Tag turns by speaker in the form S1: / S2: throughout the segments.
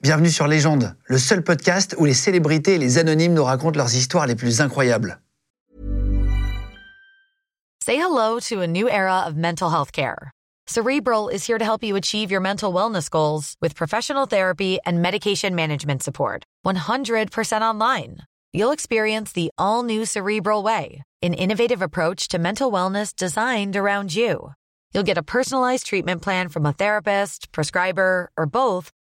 S1: Bienvenue sur Légende, le seul podcast où les célébrités et les anonymes nous racontent leurs histoires les plus incroyables.
S2: Say hello to a new era of mental health care. Cerebral is here to help you achieve your mental wellness goals with professional therapy and medication management support. 100% online. You'll experience the all new Cerebral Way, an innovative approach to mental wellness designed around you. You'll get a personalized treatment plan from a therapist, prescriber, or both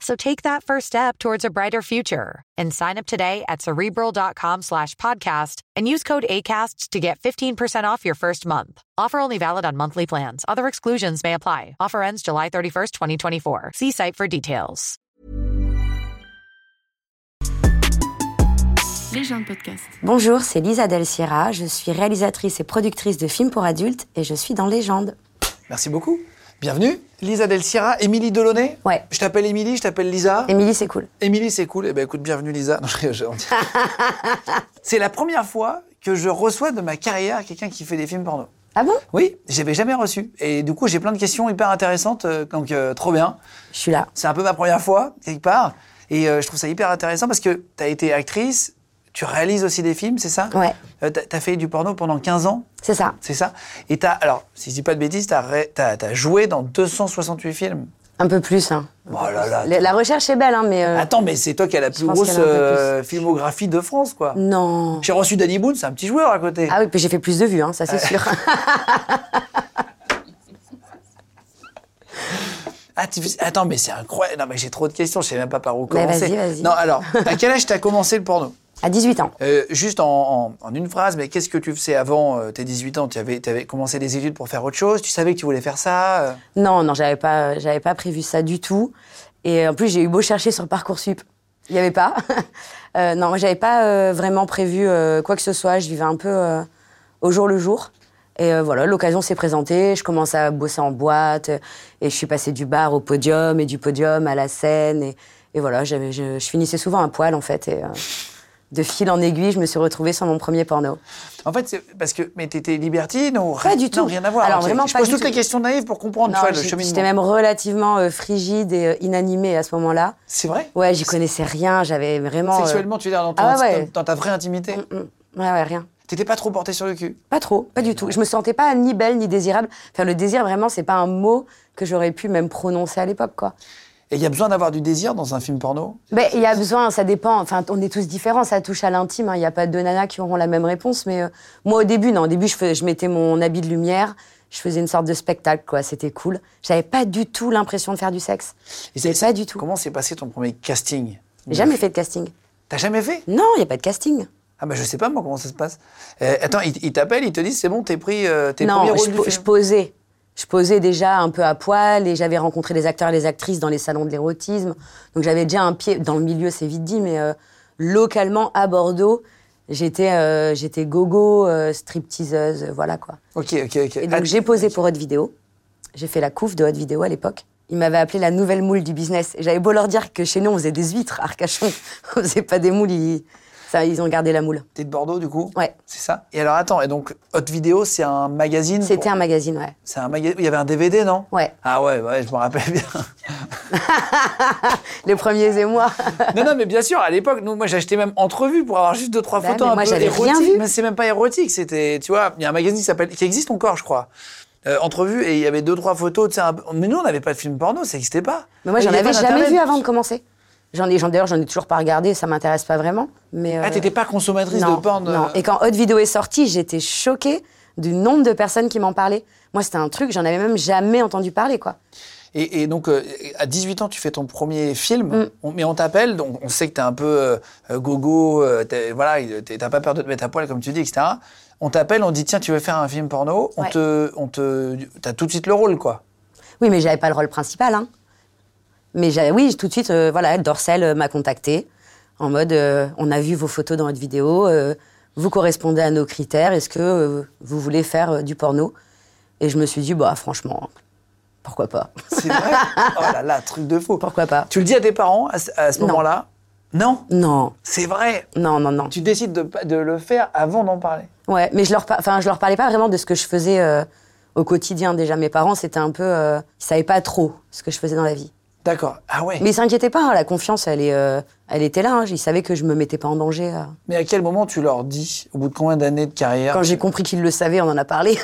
S2: So take that first step towards a brighter future and sign up today at cerebral.com slash podcast and use code ACAST to get 15% off your first month. Offer only valid on monthly plans. Other exclusions may apply. Offer ends July 31st, 2024. See site for details.
S3: Les gens de podcast.
S4: Bonjour, c'est Lisa Del Sierra, je suis réalisatrice et productrice de films pour adultes et je suis dans Légende.
S1: Merci beaucoup. Bienvenue, Lisa Del Sierra, Émilie Delaunay.
S4: Ouais.
S1: Je t'appelle Émilie, je t'appelle Lisa.
S4: Émilie, c'est cool.
S1: Émilie, c'est cool. Eh ben écoute, bienvenue Lisa. Non, je rigole. c'est la première fois que je reçois de ma carrière quelqu'un qui fait des films porno.
S4: Ah bon
S1: Oui, j'avais jamais reçu. Et du coup, j'ai plein de questions hyper intéressantes, euh, donc euh, trop bien.
S4: Je suis là.
S1: C'est un peu ma première fois, quelque part. Et euh, je trouve ça hyper intéressant parce que tu as été actrice, tu réalises aussi des films, c'est ça
S4: Ouais.
S1: Euh, t'as- t'as fait du porno pendant 15 ans,
S4: C'est ça.
S1: c'est ça Et t'as, alors, si je dis pas de bêtises, t'as, ré- t'as- t'as joué dans 268 films.
S4: Un peu plus, hein.
S1: Oh là là.
S4: La, la recherche est belle, hein, mais... euh,
S1: Attends, mais c'est toi qui as la plus
S4: pense
S1: grosse
S4: qu'elle a un peu
S1: euh, filmographie de France, quoi.
S4: Non.
S1: J'ai reçu Danny Boone, c'est un petit joueur à côté.
S4: Ah oui, puis j'ai fait plus de vues, hein, ça c'est sûr.
S1: Ah, tu- Attends, mais c'est incroyable. Non, mais j'ai trop de questions, je sais même pas par où
S4: Mais
S1: commencer.
S4: Bah, vas-y, vas-y.
S1: Non, alors, à quel âge t'as commencé le porno
S4: À 18 ans.
S1: Euh, Juste en, en- en une phrase, mais qu'est-ce que tu faisais avant euh, tes 18 ans Tu avais, t'avais commencé des études pour faire autre chose Tu savais que tu voulais faire ça euh
S4: Non, non, j'avais pas, j'avais pas prévu ça du tout. Et en plus, j'ai eu beau chercher sur Parcoursup, il n'y avait pas. Euh, non, j'avais pas euh, vraiment prévu euh, quoi que ce soit. Je vivais un peu euh, au jour le jour. Et euh, voilà, l'occasion s'est présentée. Je commence à bosser en boîte. euh, Et je suis passée du bar au podium et du podium à la scène. Et, et voilà, j'avais- je, je finissais souvent à poil, en fait. Et euh, de fil en aiguille, je me suis retrouvée sur mon premier porno.
S1: En fait, c'est parce que. Mais t'étais libertine ou
S4: Pas du tout.
S1: Non, rien à voir.
S4: Alors,
S1: Ok.
S4: vraiment
S1: Je
S4: pas
S1: pose
S4: du
S1: toutes
S4: tout.
S1: les questions naïves pour comprendre, tu vois,
S4: Non,
S1: le
S4: j'ai-
S1: cheminement.
S4: J'étais même relativement euh, frigide et euh, inanimée à ce moment-là.
S1: C'est vrai
S4: Ouais, j'y connaissais rien, j'avais vraiment. euh,
S1: Sexuellement, tu veux dire, dans, ton-
S4: Ah ouais.
S1: dans- dans ta vraie intimité.
S4: mm, Ouais, ouais, rien.
S1: T'étais pas trop portée sur le cul.
S4: Pas trop, pas du tout. Je me sentais pas ni belle ni désirable. Enfin, le désir, vraiment, c'est pas un mot que j'aurais pu même prononcer à l'époque, quoi.
S1: Et il y a besoin d'avoir du désir dans un film porno
S4: Ben, il y a besoin, ça dépend. Enfin, on est tous différents, ça touche à l'intime. hein. Il n'y a pas deux nanas qui auront la même réponse. Mais euh, moi, au début, non, au début, je, fais- je mettais mon habit de lumière, je faisais une sorte de spectacle, quoi. C'était cool. J'avais pas du tout l'impression de faire du sexe.
S1: Et c'est
S4: Pas du tout.
S1: Comment s'est passé ton premier casting
S4: J'ai jamais fait de casting.
S1: T'as jamais fait
S4: Non, il n'y a pas de casting.
S1: Ah bah je sais pas moi comment ça se passe. Euh, attends, ils ils t'appellent, ils te disent c'est bon, t'es pris, euh, t'es
S4: non,
S1: premier rôle
S4: je,
S1: du
S4: po-
S1: film.
S4: je posais. Je posais déjà un peu à poil et j'avais rencontré les acteurs et les actrices dans les salons de l'érotisme. Donc j'avais déjà un pied dans le milieu, c'est vite dit, mais euh, localement à Bordeaux, j'étais euh, j'étais gogo, euh, stripteaseuse, euh, voilà quoi.
S1: Ok, ok, ok.
S4: Et
S1: Ah,
S4: donc j'ai posé pour Haute Vidéo. J'ai fait la couve de Haute Vidéo à l'époque. Ils m'avaient appelé la nouvelle moule du business. Et j'avais beau leur dire que chez nous on faisait des huîtres, à Arcachon, on faisait pas des moules, ils, ça, ils ont gardé la moule.
S1: T'es de Bordeaux du coup
S4: Ouais.
S1: C'est ça Et alors attends, et donc Haute Vidéo, c'est un magazine pour-
S4: C'était un magazine, ouais.
S1: C'est un magazine. Il y avait un DVD, non
S4: Ouais.
S1: Ah ouais, ouais, je me rappelle bien.
S4: Les premiers émois.
S1: non, non, mais bien sûr, à l'époque, nous, moi, j'achetais même entrevue pour avoir juste deux, trois
S4: Bah,
S1: photos
S4: mais
S1: un
S4: moi,
S1: peu
S4: j'avais rien
S1: érotiques.
S4: vu.
S1: Mais c'est même pas érotique, c'était, tu vois, il y a un magazine qui s'appelle, qui existe encore, je crois. Euh, entrevue et il y avait deux, trois photos, tu sais. un- Mais nous, on n'avait pas de film porno, ça n'existait pas.
S4: Mais moi,
S1: Il y
S4: j'en
S1: avait
S4: avais
S1: pas
S4: jamais
S1: d'Internet.
S4: vu avant de commencer. J'en ai, j'en- d'ailleurs, j'en ai toujours pas regardé, ça m'intéresse pas vraiment. Mais euh,
S1: Ah, t'étais pas consommatrice
S4: non,
S1: de euh. porno
S4: non. Et quand Haute Vidéo est sortie, j'étais choquée du nombre de personnes qui m'en parlaient. Moi, c'était un truc, j'en avais même jamais entendu parler, quoi.
S1: Et, et donc, euh, à 18 ans, tu fais ton premier film,
S4: Mm.
S1: on- mais on t'appelle, donc on sait que t'es un peu euh, gogo, euh, t'es- voilà, il- t'es- t'as pas peur de te mettre à poil, comme tu dis, etc. On t'appelle, on dit, tiens, tu veux faire un film porno, on
S4: Ouais.
S1: te. On te t'as tout de suite le rôle, quoi.
S4: Oui, mais j'avais pas le rôle principal, hein. Mais j'avais, oui, tout de suite, euh, voilà, Dorsel euh, m'a contactée en mode, euh, on a vu vos photos dans votre vidéo, euh, vous correspondez à nos critères, est-ce que euh, vous voulez faire euh, du porno Et je me suis dit, bah franchement, Pourquoi pas
S1: C'est vrai Oh là là, truc de fou.
S4: Pourquoi pas
S1: Tu le dis à tes parents à ce, à ce
S4: Non.
S1: moment-là Non,
S4: Non,
S1: c'est vrai.
S4: non, non, non.
S1: Tu décides de, pas- de le faire avant d'en parler.
S4: Ouais, mais je leur, par- enfin, je leur parlais pas vraiment de ce que je faisais euh, au quotidien. Déjà, mes parents, c'était un peu, euh, ils savaient pas trop ce que je faisais dans la vie.
S1: D'accord. Ah ouais.
S4: Mais ils s'inquiétaient pas. hein, la confiance, elle est, euh, elle était là. hein. Ils savaient que je me mettais pas en danger. euh.
S1: Mais à quel moment tu leur dis, au bout de combien d'années de carrière
S4: Quand j'ai compris qu'ils le savaient, on en a parlé.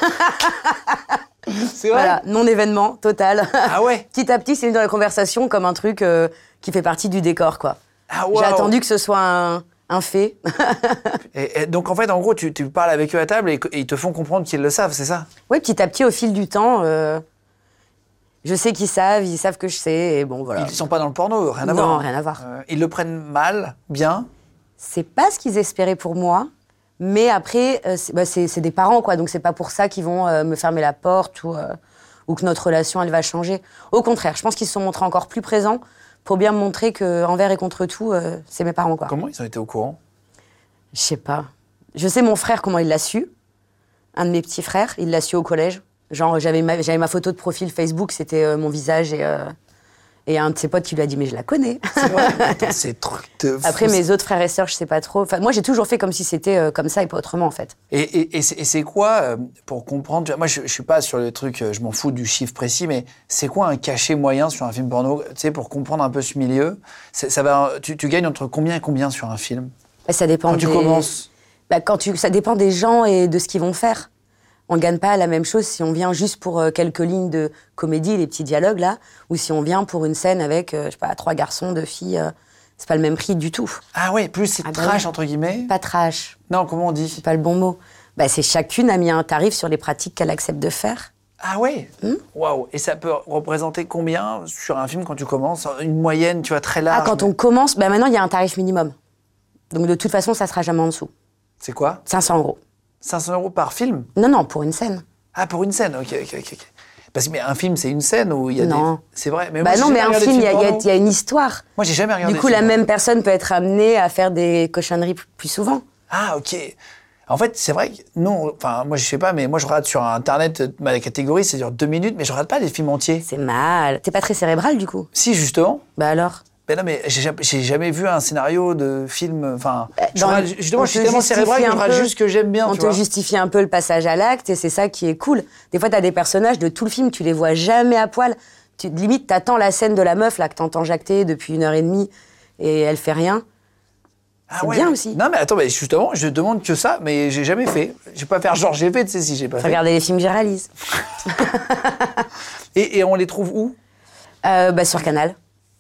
S1: C'est vrai
S4: voilà, non événement total.
S1: Ah ouais
S4: petit à petit, c'est venu dans la conversation comme un truc euh, qui fait partie du décor, quoi.
S1: Ah waouh.
S4: J'ai attendu que ce soit un, un fait.
S1: Et, et donc en fait, en gros, tu, tu parles avec eux à table et, que- et ils te font comprendre qu'ils le savent, c'est ça
S4: oui, petit à petit, au fil du temps, euh, je sais qu'ils savent, ils savent que je sais, et bon, voilà.
S1: Ils sont pas dans le porno, rien à
S4: Non,
S1: voir.
S4: rien à voir.
S1: Euh, ils le prennent mal, bien.
S4: C'est pas ce qu'ils espéraient pour moi, mais après, euh, c'est bah, c'est- c'est des parents, quoi, donc c'est pas pour ça qu'ils vont euh, me fermer la porte ou, euh, ou que notre relation, elle va changer. Au contraire, je pense qu'ils se sont montrés encore plus présents pour bien me montrer que envers et contre tout, euh, c'est mes parents, quoi.
S1: Comment ils ont été au courant
S4: Je sais pas. Je sais mon frère comment il l'a su. Un de mes petits frères, il l'a su au collège. Genre j'avais ma, j'avais ma photo de profil Facebook, c'était euh, mon visage et, euh, et un de ses potes qui lui a dit mais je la connais.
S1: C'est vrai. Attends, c'est truc de fou.
S4: Après mes autres frères et sœurs, je sais pas trop. Enfin moi j'ai toujours fait comme si c'était euh, comme ça et pas autrement en fait.
S1: Et, et- et c'est- et c'est quoi, euh, pour comprendre, tu vois, moi je, je suis pas sur le truc, euh, je m'en fous du chiffre précis, mais c'est quoi un cachet moyen sur un film porno, tu sais, pour comprendre un peu ce milieu C'est- ça va, tu, tu gagnes entre combien et combien sur un film
S4: Bah, ça dépend.
S1: Quand tu
S4: des-
S1: commences.
S4: Bah, quand tu ça dépend des gens et de ce qu'ils vont faire. On gagne pas la même chose si on vient juste pour euh, quelques lignes de comédie, les petits dialogues là, ou si on vient pour une scène avec euh, je sais pas trois garçons, deux filles. euh, c'est pas le même prix du tout.
S1: Ah ouais, plus c'est
S4: Ah bah
S1: trash
S4: ouais.
S1: entre guillemets
S4: Pas trash,
S1: Non, comment on dit
S4: pas le bon mot. Bah, c'est chacune a mis un tarif sur les pratiques qu'elle accepte de faire.
S1: Ah ouais
S4: Hmm
S1: Waouh Et ça peut représenter combien sur un film quand tu commences Une moyenne, tu vois, très large
S4: Ah, quand on commence, bah maintenant il y a un tarif minimum. Donc de toute façon, ça sera jamais en dessous.
S1: C'est quoi
S4: 500 euros.
S1: 500 euros par film
S4: Non, non, pour une scène.
S1: Ah, pour une scène, ok, ok, ok. ok. Parce que mais un film, c'est une scène où il y a
S4: Non.
S1: des... C'est vrai, mais moi,
S4: bah
S1: j'ai
S4: non,
S1: jamais
S4: mais un
S1: regardé de
S4: film, il y, a-
S1: film
S4: il y a-
S1: porno.
S4: il y a une histoire.
S1: Moi, j'ai jamais regardé
S4: Du
S1: de
S4: coup,
S1: film
S4: la
S1: porno.
S4: même personne peut être amenée à faire des cochonneries p- plus souvent.
S1: Ah, ok. En fait, c'est vrai que non, enfin, moi je sais pas, mais moi je rate sur Internet euh, ma catégorie, c'est dure deux minutes, mais je rate pas les films entiers.
S4: C'est mal. T'es pas très cérébral du coup.
S1: Si, justement.
S4: Bah alors
S1: Ben non, mais j'ai ja- j'ai jamais vu un scénario de film. Enfin,
S4: Euh,
S1: je
S4: dans-
S1: rate- justement,
S4: on
S1: je suis
S4: te
S1: tellement
S4: justifie
S1: cérébral que je
S4: un
S1: rate
S4: peu-
S1: juste ce que j'aime bien.
S4: On
S1: tu
S4: te
S1: vois.
S4: justifie un peu le passage à l'acte et c'est ça qui est cool. Des fois, t'as des personnages de tout le film, tu les vois jamais à poil. Tu, limite, t'attends la scène de la meuf là que t'entends jacter depuis une heure et demie et elle fait rien.
S1: Ah
S4: c'est bien aussi.
S1: Non, mais attends, mais justement, je demande que ça, mais j'ai jamais fait. Je vais pas faire genre j'ai fait, tu sais, si j'ai pas fait.
S4: Regardez les films que je réalise.
S1: Et, et on les trouve où
S4: Euh, bah, sur Canal.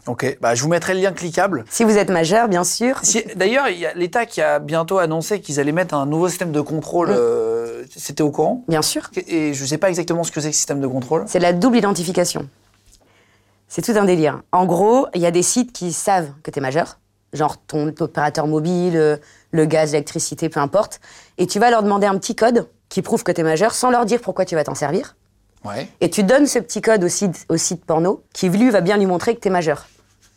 S1: Ok, bah, je vous mettrai le lien cliquable.
S4: Si vous êtes majeur, bien sûr.
S1: Si- D'ailleurs, il y a l'État qui a bientôt annoncé qu'ils allaient mettre un nouveau système de contrôle. euh, C'était au courant
S4: Bien sûr.
S1: Et je sais pas exactement ce que c'est que système de contrôle.
S4: C'est de la double identification. C'est tout un délire. En gros, il y a des sites qui savent que t'es majeur, genre ton opérateur mobile, euh, le gaz, l'électricité, peu importe, et tu vas leur demander un petit code qui prouve que t'es majeur sans leur dire pourquoi tu vas t'en servir.
S1: Ouais.
S4: Et tu donnes ce petit code au site, au site porno qui, lui, va bien lui montrer que t'es majeur,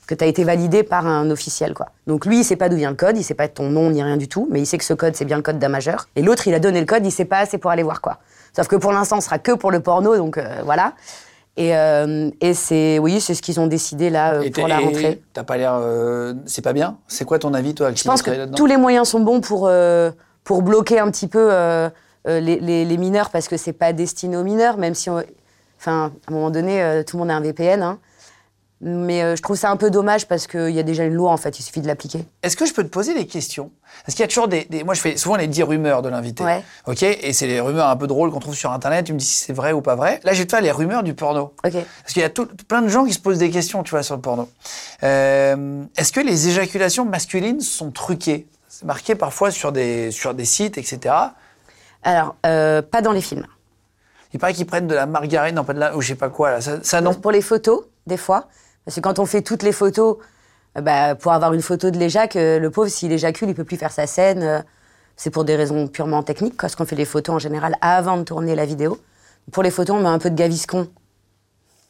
S4: que t'as été validé par un officiel, quoi. Donc lui, il sait pas d'où vient le code, il sait pas ton nom ni rien du tout, mais il sait que ce code, c'est bien le code d'un majeur. Et l'autre, il a donné le code, il sait pas, c'est pour aller voir, quoi. Sauf que pour l'instant, ce sera que pour le porno, donc euh, voilà. Et, euh, et c'est, oui, c'est ce qu'ils ont décidé là euh,
S1: Et
S4: pour
S1: t'es-
S4: la
S1: et
S4: rentrée.
S1: T'as pas l'air. euh, c'est pas bien C'est quoi ton avis, toi,
S4: Je pense que tous les moyens sont bons pour, euh, pour bloquer un petit peu euh, euh, les, les- les mineurs parce que c'est pas destiné aux mineurs, même si, on- enfin, à un moment donné, euh, tout le monde a un VPN. hein. Mais euh, je trouve ça un peu dommage parce qu'il y a déjà une loi en fait, il suffit de l'appliquer.
S1: Est-ce que je peux te poser des questions Parce qu'il y a toujours des, des- Moi, je fais souvent les 10 rumeurs de l'invité.
S4: Ouais.
S1: OK Et c'est les rumeurs un peu drôles qu'on trouve sur Internet. Tu me dis si c'est vrai ou pas vrai. Là, je vais te faire les rumeurs du porno.
S4: Ok.
S1: Parce qu'il y a tout- plein de gens qui se posent des questions, tu vois, sur le porno. Euh, Est-ce que les éjaculations masculines sont truquées C'est marqué parfois sur des, sur des sites, etc.
S4: Alors, euh, pas dans les films.
S1: Il paraît qu'ils prennent de la margarine, non, pas de la... ou je sais pas quoi, là. Ça, ça, Ah non
S4: Pour les photos, des fois. Parce que quand on fait toutes les photos, euh, bah, pour avoir une photo de l'éjac, euh, le pauvre, s'il éjacule, il peut plus faire sa scène. euh, c'est pour des raisons purement techniques, quoi, parce qu'on fait les photos en général avant de tourner la vidéo. Pour les photos, on met un peu de gaviscon.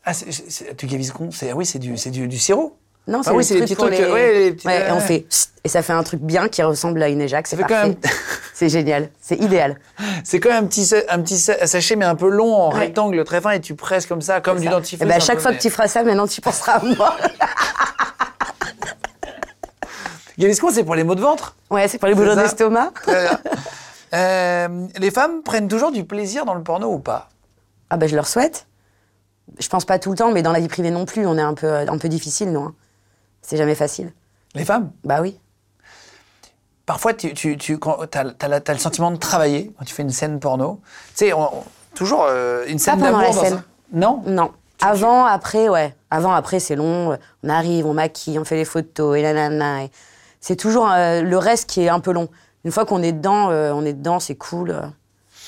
S1: Ah, c'est- c'est- tu gaviscon, c'est ah oui, c'est du, c'est du, du sirop.
S4: Non, c'est
S1: oui,
S4: le
S1: c'est les
S4: truc
S1: petits
S4: pour
S1: trucs, ouais, les petits-
S4: Ouais, et on
S1: ouais.
S4: fait pssst, et ça fait un truc bien qui ressemble à une éjac. C'est
S1: fait quand
S4: parfait.
S1: même-
S4: c'est génial. C'est idéal.
S1: C'est comme un petit, sa- un petit sa- sachet, mais un peu long, en
S4: Ouais.
S1: rectangle très fin, et tu presses comme ça, comme du
S4: Ça.
S1: dentifrice.
S4: Eh ben, à
S1: un
S4: chaque
S1: peu,
S4: fois
S1: mais-
S4: que tu feras ça, maintenant tu penseras à moi.
S1: Gaviscon, c'est pour les maux de ventre.
S4: Ouais, c'est pour les boulons
S1: ça.
S4: d'estomac.
S1: Très bien. Euh, les femmes prennent toujours du plaisir dans le porno ou pas
S4: Ah ben je leur souhaite. Je pense pas tout le temps, mais dans la vie privée non plus, on est un peu un peu difficile, non hein. C'est jamais facile.
S1: Les femmes
S4: Bah oui.
S1: Parfois, tu, tu, tu as, le sentiment de travailler quand tu fais une scène porno. Tu sais, on- on- toujours euh, une scène
S4: pendant
S1: d'amour.
S4: la
S1: dans
S4: scène.
S1: un- Non
S4: Non. Avant, après, ouais. Avant, après, c'est long. On arrive, on maquille, on fait les photos et nanana. et C'est toujours euh, le reste qui est un peu long. Une fois qu'on est dedans, euh, on est dedans, c'est cool. euh,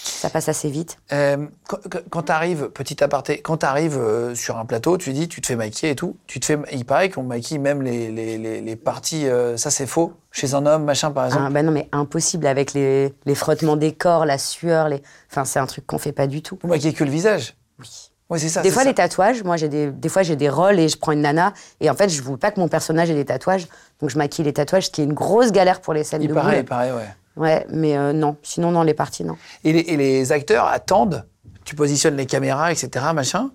S4: ça passe assez vite.
S1: Euh, quand quand t'arrives, petit aparté, quand t'arrives euh, sur un plateau, tu dis, tu te fais maquiller et tout. Tu te fais, il paraît qu'on maquille même les, les, les, les parties, euh, ça c'est faux, chez un homme, machin par exemple.
S4: Ah, bah non, mais impossible avec les, les frottements des corps, la sueur, les. Enfin, c'est un truc qu'on fait pas du tout.
S1: Vous maquillez que le visage.
S4: Ah. Oui.
S1: Oui, c'est ça.
S4: Des
S1: c'est
S4: fois,
S1: ça.
S4: les tatouages, moi, j'ai des, des fois, j'ai des rôles et je prends une nana. Et en fait, je veux pas que mon personnage ait des tatouages. Donc, je maquille les tatouages, ce qui est une grosse galère pour les scènes
S1: Il
S4: de
S1: paraît, il
S4: boule.
S1: paraît, ouais.
S4: Ouais, mais euh, non. Sinon, non, les parties, non.
S1: Et les, et les acteurs attendent, tu positionnes les caméras, etc., machin.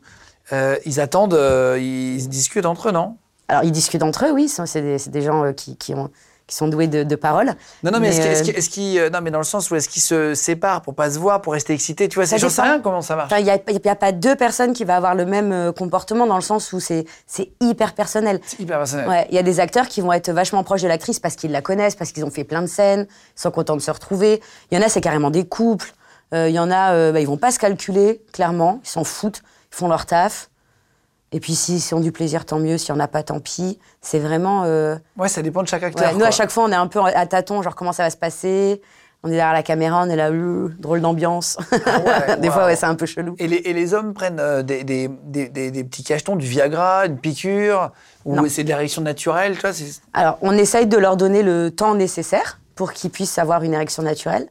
S1: Euh, ils attendent, euh, ils se discutent entre eux, non
S4: Alors, ils discutent entre eux, oui. C'est c'est des, c'est des gens euh, qui, qui ont- qui sont doués de, de parole.
S1: Non, non, mais, est-ce
S4: euh,
S1: qu'ils- est-ce qu'ils- est-ce qu'ils, euh, non, mais dans le sens où est-ce qu'ils se séparent pour pas se voir, pour rester excités, tu vois,
S4: Ça
S1: c'est- j'en sais
S4: dépend.
S1: rien comment ça marche.
S4: enfin, il n'y a, il y a pas deux personnes qui vont avoir le même euh, comportement dans le sens où c'est c'est hyper personnel.
S1: C'est hyper personnel.
S4: Ouais, il y a des acteurs qui vont être vachement proches de l'actrice parce qu'ils la connaissent, parce qu'ils ont fait plein de scènes, ils sont contents de se retrouver. Il y en a, c'est carrément des couples. Euh, Il y en a, euh, bah, ils vont pas se calculer, clairement. Ils s'en foutent, ils font leur taf. Et puis, s'ils si ont du plaisir, tant mieux. S'il y en a pas, tant pis. C'est vraiment. euh,
S1: Ouais, ça dépend de chaque
S4: ouais,
S1: acteur.
S4: nous, à
S1: quoi.
S4: chaque fois, on est un peu à tâtons, genre comment ça va se passer. On est derrière la caméra, on est là, euh, drôle d'ambiance.
S1: Ah ouais,
S4: des
S1: waouh.
S4: fois, ouais, c'est un peu chelou.
S1: Et les, et les hommes prennent euh, des, des, des, des- des petits cachetons, du Viagra, une piqûre, ou
S4: Non.
S1: c'est de l'érection naturelle, tu vois. c'est-
S4: Alors, on essaye de leur donner le temps nécessaire pour qu'ils puissent avoir une érection naturelle.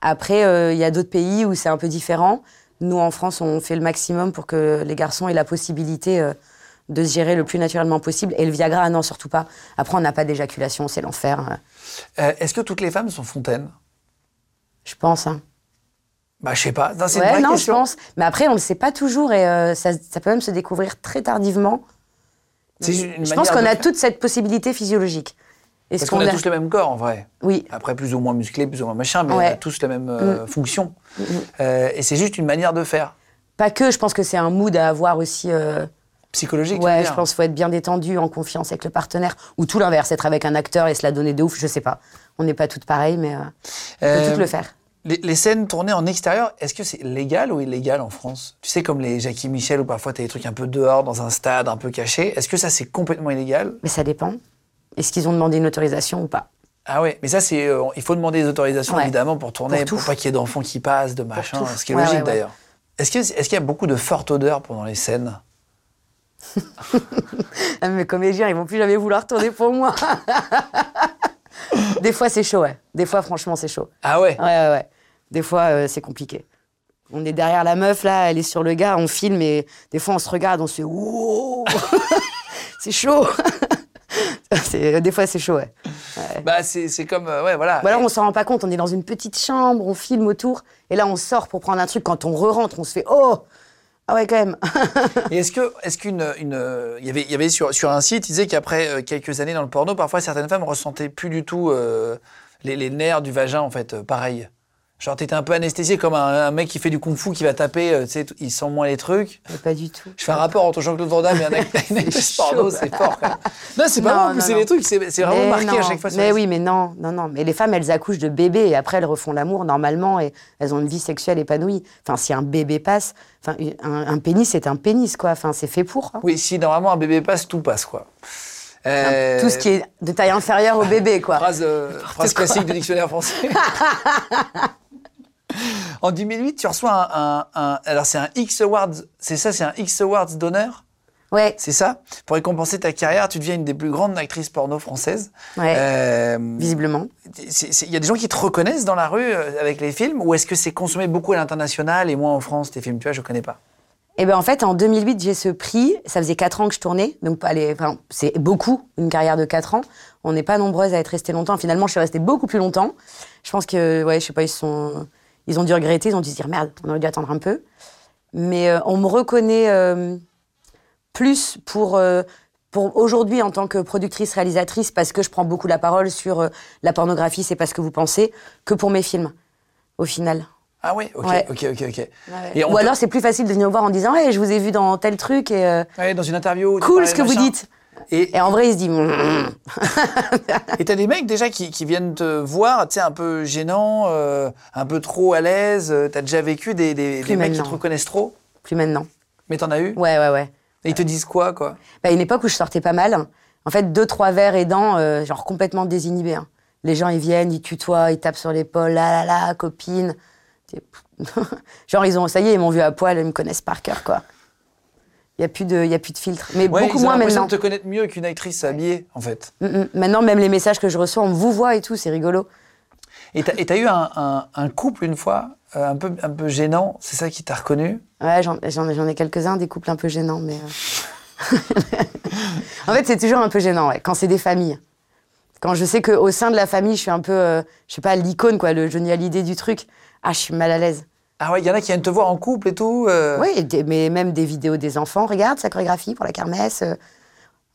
S4: Après, euh, il y a d'autres pays où c'est un peu différent. Nous, en France, on fait le maximum pour que les garçons aient la possibilité euh, de se gérer le plus naturellement possible. Et le Viagra, ah non, surtout pas. Après, on n'a pas d'éjaculation, c'est l'enfer. hein.
S1: Euh, Est-ce que toutes les femmes sont fontaines
S4: Je pense. hein.
S1: Bah, je sais pas. Non, c'est une
S4: Ouais,
S1: vraie
S4: non,
S1: question.
S4: je pense. Mais après, on ne le sait pas toujours et euh, ça, ça peut même se découvrir très tardivement.
S1: C'est une
S4: Je
S1: manière
S4: pense qu'on
S1: de
S4: a
S1: faire.
S4: toute cette possibilité physiologique. Est-ce
S1: Parce qu'on a tous le même corps, en vrai.
S4: Oui,
S1: Après, plus ou moins musclé, plus ou moins machin, mais on a
S4: Ouais. Mm.
S1: tous la même euh, fonction. Euh, et c'est juste une manière de faire,
S4: pas que. Je pense que c'est un mood à avoir aussi. euh,
S1: psychologique. tu veux
S4: Ouais,
S1: dire.
S4: je pense qu'il faut être bien détendu, en confiance avec le partenaire, ou tout l'inverse, être avec un acteur et se la donner de ouf, je sais pas. On n'est pas toutes pareilles, mais euh, on
S1: Euh,
S4: peut toutes le faire.
S1: Les, les scènes tournées en extérieur, est-ce que c'est légal ou illégal en France Tu sais, comme les Jackie Michel, où parfois t'as des trucs un peu dehors, dans un stade, un peu caché. Est-ce que ça, c'est complètement illégal
S4: Mais ça dépend. Est-ce qu'ils ont demandé une autorisation ou pas
S1: Ah ouais, mais ça c'est, euh, il faut demander des autorisations
S4: Ouais.
S1: évidemment pour tourner,
S4: Pour tout.
S1: pour, pas qu'il y ait d'enfants qui passent, de machin,
S4: tout.
S1: ce qui est
S4: Ouais,
S1: logique
S4: ouais, ouais.
S1: d'ailleurs. Est-ce que, est-ce qu'il y a beaucoup de fortes odeurs pendant les scènes
S4: Ah, Mes comédiens, ils vont plus jamais vouloir tourner pour moi. Des fois, c'est chaud, ouais. Des fois, franchement, c'est chaud.
S1: Ah ouais.
S4: Ouais, ouais, ouais. Des fois, euh, c'est compliqué. On est derrière la meuf, là, elle est sur le gars, on filme et des fois, on se regarde, on se fait Wow C'est chaud C'est- euh, Des fois, c'est chaud, ouais.
S1: Bah c'est, c'est comme, euh, ouais voilà.
S4: Ou alors on s'en rend pas compte, on est dans une petite chambre, on filme autour, et là on sort pour prendre un truc. Quand on re-rentre, on se fait Oh Ah ouais, quand même
S1: Et est-ce que, est-ce qu'une, une, euh, il y avait, il y avait sur, sur un site, il disait qu'après euh, quelques années dans le porno, parfois certaines femmes ressentaient plus du tout euh, les, les nerfs du vagin en fait, euh, pareil. Genre t'étais un peu anesthésié comme un, un mec qui fait du kung-fu qui va taper, euh, tu sais, t- il sent moins les trucs.
S4: Mais Pas du tout.
S1: Je fais un rapport entre Jean-Claude Van Damme et un acteur- une actrice porno,
S4: chaud.
S1: c'est fort quand même. Non, c'est
S4: Non,
S1: pas vrai, en
S4: non,
S1: plus, c'est
S4: non.
S1: des trucs, c'est c'est vraiment
S4: Mais
S1: marqué à
S4: non,
S1: chaque fois. sur
S4: Mais
S1: les-
S4: oui, mais non, non, non. Mais les femmes, elles accouchent de bébés et après elles refont l'amour normalement et elles ont une vie sexuelle épanouie. Enfin, si un bébé passe, enfin, un, un pénis, c'est un pénis, quoi. Enfin, c'est fait pour. hein.
S1: Oui, si normalement un bébé passe, tout passe quoi. Euh,
S4: Tout ce qui est de taille inférieure au bébé, quoi.
S1: Phrase, euh, phrase
S4: quoi.
S1: classique du dictionnaire français. en 2008, tu reçois un. un- un- alors, c'est un X Awards. C'est ça, c'est un X Awards d'honneur
S4: Ouais.
S1: C'est ça Pour récompenser ta carrière, tu deviens une des plus grandes actrices porno françaises.
S4: Ouais.
S1: Euh,
S4: Visiblement.
S1: c'est- c'est- Il y a des gens qui te reconnaissent dans la rue euh, avec les films ou est-ce que c'est consommé beaucoup à l'international et moins en France tes films Tu vois, je connais pas.
S4: Et ben en fait, en 2008, j'ai ce prix. Ça faisait 4 ans que je tournais. Donc, allez, enfin, c'est beaucoup, une carrière de 4 ans. On n'est pas nombreuses à être restées longtemps. Finalement, je suis restée beaucoup plus longtemps. Je pense que, ouais, je sais pas, ils, sont... ils ont dû regretter. Ils ont dû se dire, merde, on aurait dû attendre un peu. Mais euh, on me reconnaît euh, plus pour. euh, pour aujourd'hui, en tant que productrice, réalisatrice, parce que je prends beaucoup la parole sur euh, la pornographie, c'est pas ce que vous pensez, que pour mes films, au final.
S1: Ah oui, ok,
S4: Ouais.
S1: ok, ok, ok.
S4: Ou
S1: on t'a-
S4: alors, c'est plus facile de venir me voir en disant Hey, je vous ai vu dans tel truc et euh,
S1: Ouais, dans une interview. tu
S4: cool
S1: parlais
S4: ce
S1: de
S4: que vous
S1: machin.
S4: dites.
S1: Et
S4: Et en vrai, il se dit Mm.
S1: et t'as des mecs déjà qui, qui viennent te voir, tu sais, un peu gênant, euh, un peu trop à l'aise. euh, T'as déjà vécu des, des, des mecs qui te
S4: maintenant.
S1: reconnaissent trop,
S4: Plus maintenant.
S1: mais t'en as eu
S4: Ouais, ouais, ouais.
S1: Et ils te disent quoi, quoi
S4: Bah, une époque où je sortais pas mal. En fait, deux, trois verres et dents, euh, genre complètement désinhibé. hein. Les gens, ils viennent, ils tutoient, ils tapent sur l'épaule, là, là, là, copine. C'est- genre, ils ont, ça y est, ils m'ont vu à poil, ils me connaissent par cœur, quoi. Il n'y a, plus de- y a plus de filtre. Mais
S1: Ouais,
S4: beaucoup
S1: ils ont
S4: moins
S1: l'impression de
S4: maintenant.
S1: te connaître mieux qu'une actrice habillée, en fait.
S4: Mm, mm. Maintenant, même les messages que je reçois, on vous voit et tout, c'est rigolo.
S1: Et t'as et t'as eu un, un- un couple une fois, euh, un, peu, un peu gênant, c'est ça qui t'a reconnu
S4: Ouais, j'en j'en ai, j'en ai quelques-uns, des couples un peu gênants, mais. euh, en fait, c'est toujours un peu gênant, ouais, quand c'est des familles. Quand je sais qu'au sein de la famille, je suis un peu, euh, je sais pas, l'icône, quoi, le Johnny Hallyday du truc. Ah, je suis mal à l'aise.
S1: Ah ouais, il y en a qui viennent te voir en couple et tout. euh,
S4: Oui, des- mais même des vidéos des enfants. Regarde sa chorégraphie pour la kermesse. euh,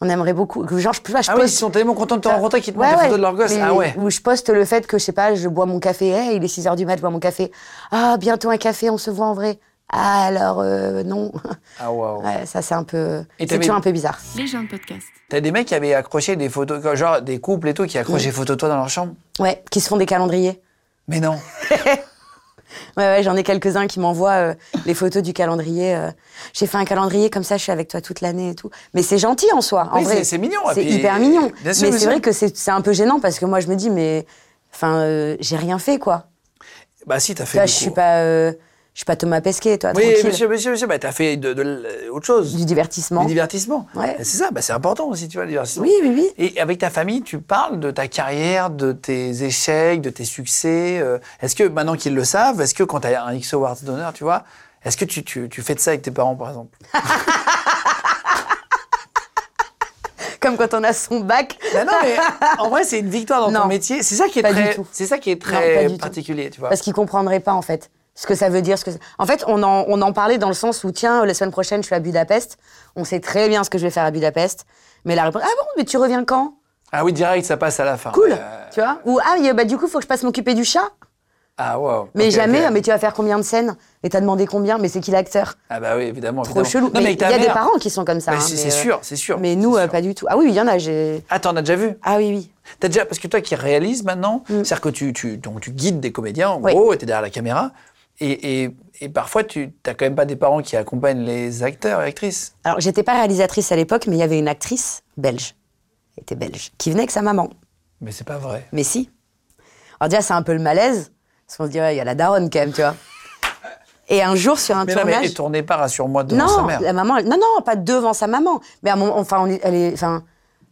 S4: on aimerait beaucoup. Genre, je, je
S1: Ah ouais, ils
S4: poste-
S1: sont tellement contents de te
S4: Ça-
S1: rencontrer qu'ils te
S4: Ouais,
S1: montrent des
S4: ouais.
S1: photos de leur gosse.
S4: Mais-
S1: Ah ouais.
S4: Où je poste le fait que, je sais pas, je bois mon café, Hey, il est 6 h du mat, je bois mon café. Ah, bientôt un café, on se voit en vrai. Ah, alors, euh, non.
S1: Ah waouh.
S4: Ouais, ça, c'est un peu.
S1: Et
S4: C'est
S1: t'avais-
S4: toujours un peu bizarre.
S3: Les gens de podcast.
S1: T'as des mecs qui avaient accroché des photos, quoi, genre des couples et tout, qui accrochaient des photos de toi dans leur chambre
S4: Ouais, qui se font des calendriers.
S1: Mais non.
S4: Ouais, ouais, j'en ai quelques-uns qui m'envoient euh, les photos du calendrier. euh, J'ai fait un calendrier comme ça, je suis avec toi toute l'année et tout. Mais c'est gentil en soi. En
S1: Oui,
S4: vrai,
S1: c'est- c'est mignon, et
S4: C'est
S1: puis-
S4: hyper mignon.
S1: Bien sûr,
S4: mais
S1: bien
S4: c'est
S1: sûr.
S4: vrai que c'est c'est un peu gênant parce que moi, je me dis, mais. Enfin, euh, j'ai rien fait, quoi.
S1: Bah si, t'as fait.
S4: Tu vois,
S1: du
S4: je
S1: coup.
S4: suis pas. euh, je suis pas Thomas Pesquet, toi,
S1: Oui,
S4: tranquille.
S1: monsieur, monsieur, monsieur, bah, t'as fait de, de l- euh, autre chose.
S4: Du divertissement.
S1: Du divertissement.
S4: Ouais.
S1: C'est ça, bah, c'est important aussi, tu vois, le divertissement.
S4: Oui, oui, oui.
S1: Et avec ta famille, tu parles de ta carrière, de tes échecs, de tes succès. euh, Est-ce que maintenant qu'ils le savent, est-ce que quand tu as un X Awards d'honneur, tu vois, est-ce que tu, tu, tu fais de ça avec tes parents, par exemple
S4: Comme quand on a son bac.
S1: Bah non, mais en vrai, c'est une victoire dans ton
S4: Non.
S1: métier. C'est ça qui est
S4: Pas du
S1: très,
S4: tout.
S1: c'est ça qui est
S4: Non, pas
S1: très
S4: du tout.
S1: particulier, tu vois.
S4: Parce qu'ils comprendraient pas, en fait, ce que ça veut dire. Ce que... ça- En fait, on en, on en parlait dans le sens où, tiens, la semaine prochaine, je suis à Budapest. On sait très bien ce que je vais faire à Budapest. Mais la réponse, ah bon, mais tu reviens quand
S1: Ah oui, direct, ça passe à la fin.
S4: Cool,
S1: Euh,
S4: tu vois Ou, ah, mais, bah, du coup, faut que je passe m'occuper du chat.
S1: Ah wow.
S4: Mais
S1: Ok,
S4: jamais,
S1: ok.
S4: ah, mais tu vas faire combien de scènes Et t'as demandé combien Mais c'est qui l'acteur
S1: Ah bah oui, évidemment.
S4: Trop chelou. mais il y a des parents qui sont comme ça.
S1: Mais
S4: hein,
S1: c'est-
S4: mais,
S1: c'est
S4: euh,
S1: sûr, c'est sûr,
S4: Mais nous,
S1: c'est
S4: euh,
S1: sûr.
S4: pas du tout. Ah oui, il y en a, j'ai.
S1: Ah, t'en as déjà vu
S4: Ah oui, oui.
S1: T'as déjà, parce que toi qui réalises maintenant,
S4: Mm.
S1: c'est-à-dire que tu, tu, donc, tu guides des comédiens, en
S4: Oui.
S1: gros, et t'es derrière la caméra, et, et, et parfois tu t'as quand même pas des parents qui accompagnent les acteurs et actrices.
S4: Alors, j'étais pas réalisatrice à l'époque, mais il y avait une actrice belge. Elle était belge. Qui venait avec sa maman.
S1: Mais c'est pas vrai.
S4: Mais si. Alors déjà, c'est un peu le malaise, parce qu'on se dit, ouais, il y a la daronne quand même, tu vois. Et un jour, sur un
S1: Mais non, mais
S4: tournage...
S1: elle tournait pas, rassure-moi, devant
S4: non, Euh,
S1: sa mère.
S4: la maman, elle- non, non, pas devant sa maman. Mais à un moment, enfin, on est- elle est, enfin,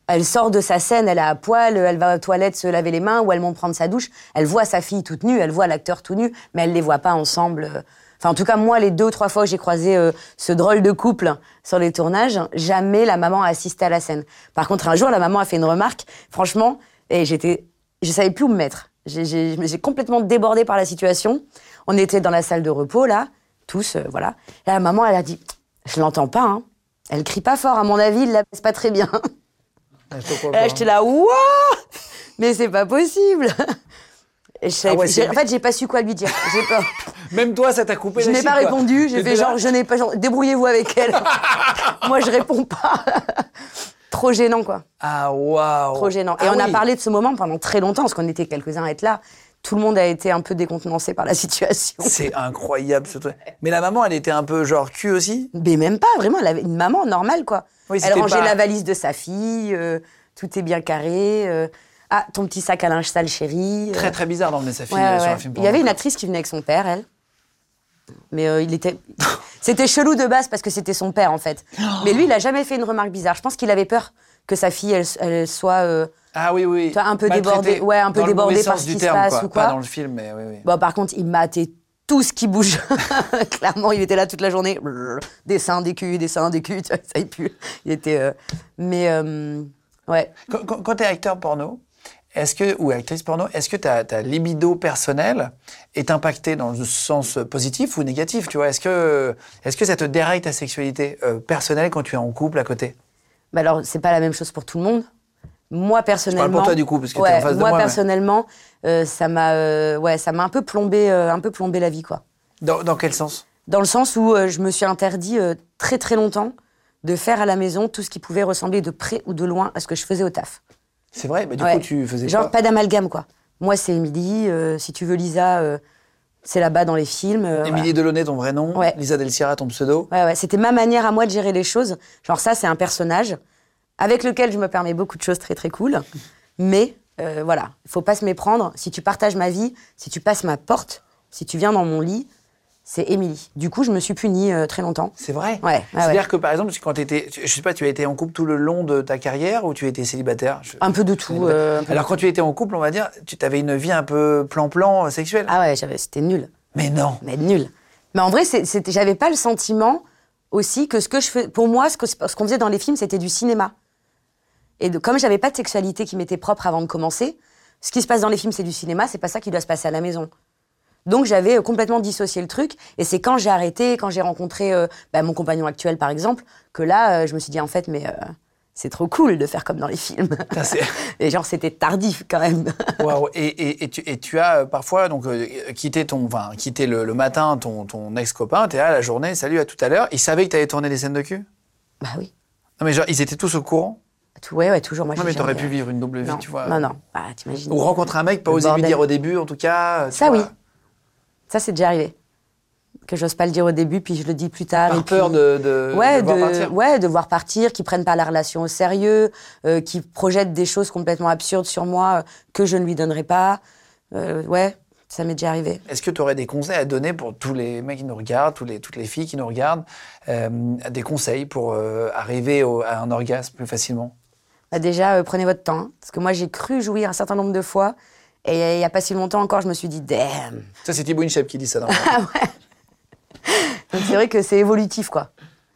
S4: elle sort de sa scène, elle est à poil, elle va aux toilettes se laver les mains, ou elle monte prendre sa douche. Elle voit sa fille toute nue, elle voit l'acteur tout nu, mais elle les voit pas ensemble. euh. Enfin, en tout cas, moi, les deux ou trois fois où j'ai croisé euh, ce drôle de couple sur les tournages, jamais la maman a assisté à la scène. Par contre, un jour, la maman a fait une remarque. Franchement, et j'étais, je savais plus où me mettre. J'ai- J'ai j'ai complètement débordé par la situation. On était dans la salle de repos là, tous, euh, voilà. Et la maman, elle a dit, je l'entends pas. Hein. Elle crie pas fort, à mon avis, il la passe pas très bien.
S1: Ah, je te crois
S4: Et là,
S1: pas.
S4: j'étais là, waouh Mais c'est pas possible Et je savais
S1: Ah ouais,
S4: plus- j'ai-
S1: c'est-
S4: En fait, j'ai pas su quoi lui dire. J'ai pas-
S1: Même toi, ça t'a coupé
S4: Je
S1: la
S4: n'ai
S1: chic,
S4: pas
S1: quoi.
S4: répondu. J'ai
S1: T'étais
S4: fait
S1: là
S4: genre, je n'ai pas. genre, Débrouillez-vous avec elle. Moi, je réponds pas. Trop gênant, quoi.
S1: Ah, waouh.
S4: Trop gênant. Et
S1: Ah
S4: on a
S1: oui.
S4: parlé de ce moment pendant très longtemps, parce qu'on était quelques-uns à être là. Tout le monde a été un peu décontenancé par la situation.
S1: C'est incroyable ce truc. Mais la maman, elle était un peu genre cul aussi.
S4: Mais même pas, vraiment, elle avait une maman normale, quoi.
S1: Oui,
S4: elle
S1: c'était
S4: rangeait
S1: pas-
S4: la valise de sa fille, euh, tout est bien carré. euh, ah, ton petit sac à linge sale, chérie. euh.
S1: Très très bizarre d'emmener sa fille
S4: Ouais,
S1: euh, sur
S4: ouais.
S1: un film.
S4: Il y avait
S1: porno.
S4: une actrice qui venait avec son père, elle. Mais euh, il était. c'était chelou de base parce que c'était son père, en fait. Mais lui, il a jamais fait une remarque bizarre. Je pense qu'il avait peur que sa fille, elle, elle soit. euh,
S1: Ah oui oui.
S4: Toi, un peu
S1: Maltraitée.
S4: débordée- ouais, un peu
S1: dans le
S4: débordée
S1: mauvais
S4: par
S1: sens
S4: ce
S1: du
S4: qui se
S1: terme,
S4: passe
S1: quoi.
S4: ou quoi.
S1: Pas dans le film mais oui oui.
S4: Bon, par contre, il matait tout ce qui bouge. Clairement, il était là toute la journée. Des seins, des culs, des seins, des culs, tu vois, ça y pue. Il était. euh, Mais euh, ouais.
S1: Quand, quand, tu es acteur porno, est-ce que, ou actrice porno, est-ce que ta, ta libido personnelle est impactée dans le sens positif ou négatif Tu vois, est-ce que, est-ce que ça te déraille ta sexualité euh, personnelle quand tu es en couple à côté
S4: Bah alors, c'est pas la même chose pour tout le monde. Moi personnellement,
S1: pour toi, du coup, parce que t'es
S4: ouais,
S1: en face de
S4: moi,
S1: moi, mais-
S4: personnellement, euh, ça m'a, euh, ouais, ça m'a un peu plombé, euh, un peu plombé la vie, quoi.
S1: dans, dans quel sens
S4: Dans le sens où euh, je me suis interdit euh, très très longtemps de faire à la maison tout ce qui pouvait ressembler de près ou de loin à ce que je faisais au taf.
S1: C'est vrai, mais du
S4: Ouais.
S1: coup, tu faisais
S4: Genre
S1: quoi
S4: pas d'amalgame, quoi. Moi, c'est Émilie. euh, si tu veux Lisa, euh, c'est là-bas dans les films. euh, voilà.
S1: Émilie Delaunay, ton vrai nom.
S4: Ouais.
S1: Lisa Del Sierra, ton pseudo.
S4: Ouais, ouais, c'était ma manière à moi de gérer les choses. Genre ça, c'est un personnage avec lequel je me permets beaucoup de choses très très cool. Mais euh, voilà, faut pas se méprendre. Si tu partages ma vie, si tu passes ma porte, si tu viens dans mon lit, c'est Émilie. Du coup, je me suis punie euh, très longtemps.
S1: C'est vrai.
S4: Ouais, ouais,
S1: C'est-à-dire
S4: ouais.
S1: que par exemple, quand étais, je sais pas, tu as été en couple tout le long de ta carrière ou tu étais célibataire Je-
S4: Un peu de tout. euh, un peu de-
S1: Alors quand tu étais en couple, on va dire, tu avais une vie un peu plan-plan euh, sexuelle.
S4: Ah ouais, j'avais, c'était nul.
S1: Mais non.
S4: mais nul. Mais en vrai, c'est- c'était- j'avais pas le sentiment aussi que ce que je fais, pour moi, ce que- ce qu'on faisait dans les films, c'était du cinéma. Et de- comme j'avais pas de sexualité qui m'était propre avant de commencer, ce qui se passe dans les films, c'est du cinéma, c'est pas ça qui doit se passer à la maison. Donc j'avais euh, complètement dissocié le truc, et c'est quand j'ai arrêté, quand j'ai rencontré euh, bah, mon compagnon actuel par exemple, que là euh, je me suis dit en fait mais euh, c'est trop cool de faire comme dans les films.
S1: Putain, Ah, c'est-
S4: et genre c'était tardif quand même.
S1: Waouh. Et, et- et tu, et tu as euh, parfois donc euh, quitté ton, enfin, quitté le, le matin ton, ton ex copain. T'es là la journée, salut à tout à l'heure. Ils savaient que t'avais tourné des scènes de cul.
S4: bah oui,
S1: Non mais genre ils étaient tous au courant.
S4: tout, ouais ouais toujours moi.
S1: Non
S4: j'ai
S1: mais t'aurais
S4: jamais- euh,
S1: pu vivre une double vie,
S4: Ah, Non,
S1: tu vois.
S4: non non, ah, t'imagines.
S1: Ou rencontrer un mec, pas
S4: Le
S1: oser lui
S4: bordel.
S1: dire au début, en tout cas. euh, tu
S4: Ça,
S1: vois.
S4: oui. Ça, c'est déjà arrivé. Que j'ose pas le dire au début, puis je le dis plus tard.
S1: Par
S4: et puis-
S1: peur de, de,
S4: ouais,
S1: de voir partir.
S4: ouais, de voir partir, qui prennent pas la relation au sérieux, euh, qui projettent des choses complètement absurdes sur moi euh, que je ne lui donnerai pas. Euh, ouais, ça m'est déjà arrivé.
S1: Est-ce que tu aurais des conseils à donner pour tous les mecs qui nous regardent, tous les, toutes les filles qui nous regardent, euh, des conseils pour euh, arriver au- à un orgasme plus facilement
S4: Bah, déjà, euh, prenez votre temps. hein, parce que moi, j'ai cru jouir un certain nombre de fois. Et euh, il y a pas si longtemps encore, je me suis dit, damn.
S1: Ça, c'est Thibaut Inchep qui dit ça.
S4: Ah,
S1: Ah, normalement.
S4: Donc, c'est vrai que c'est évolutif, quoi.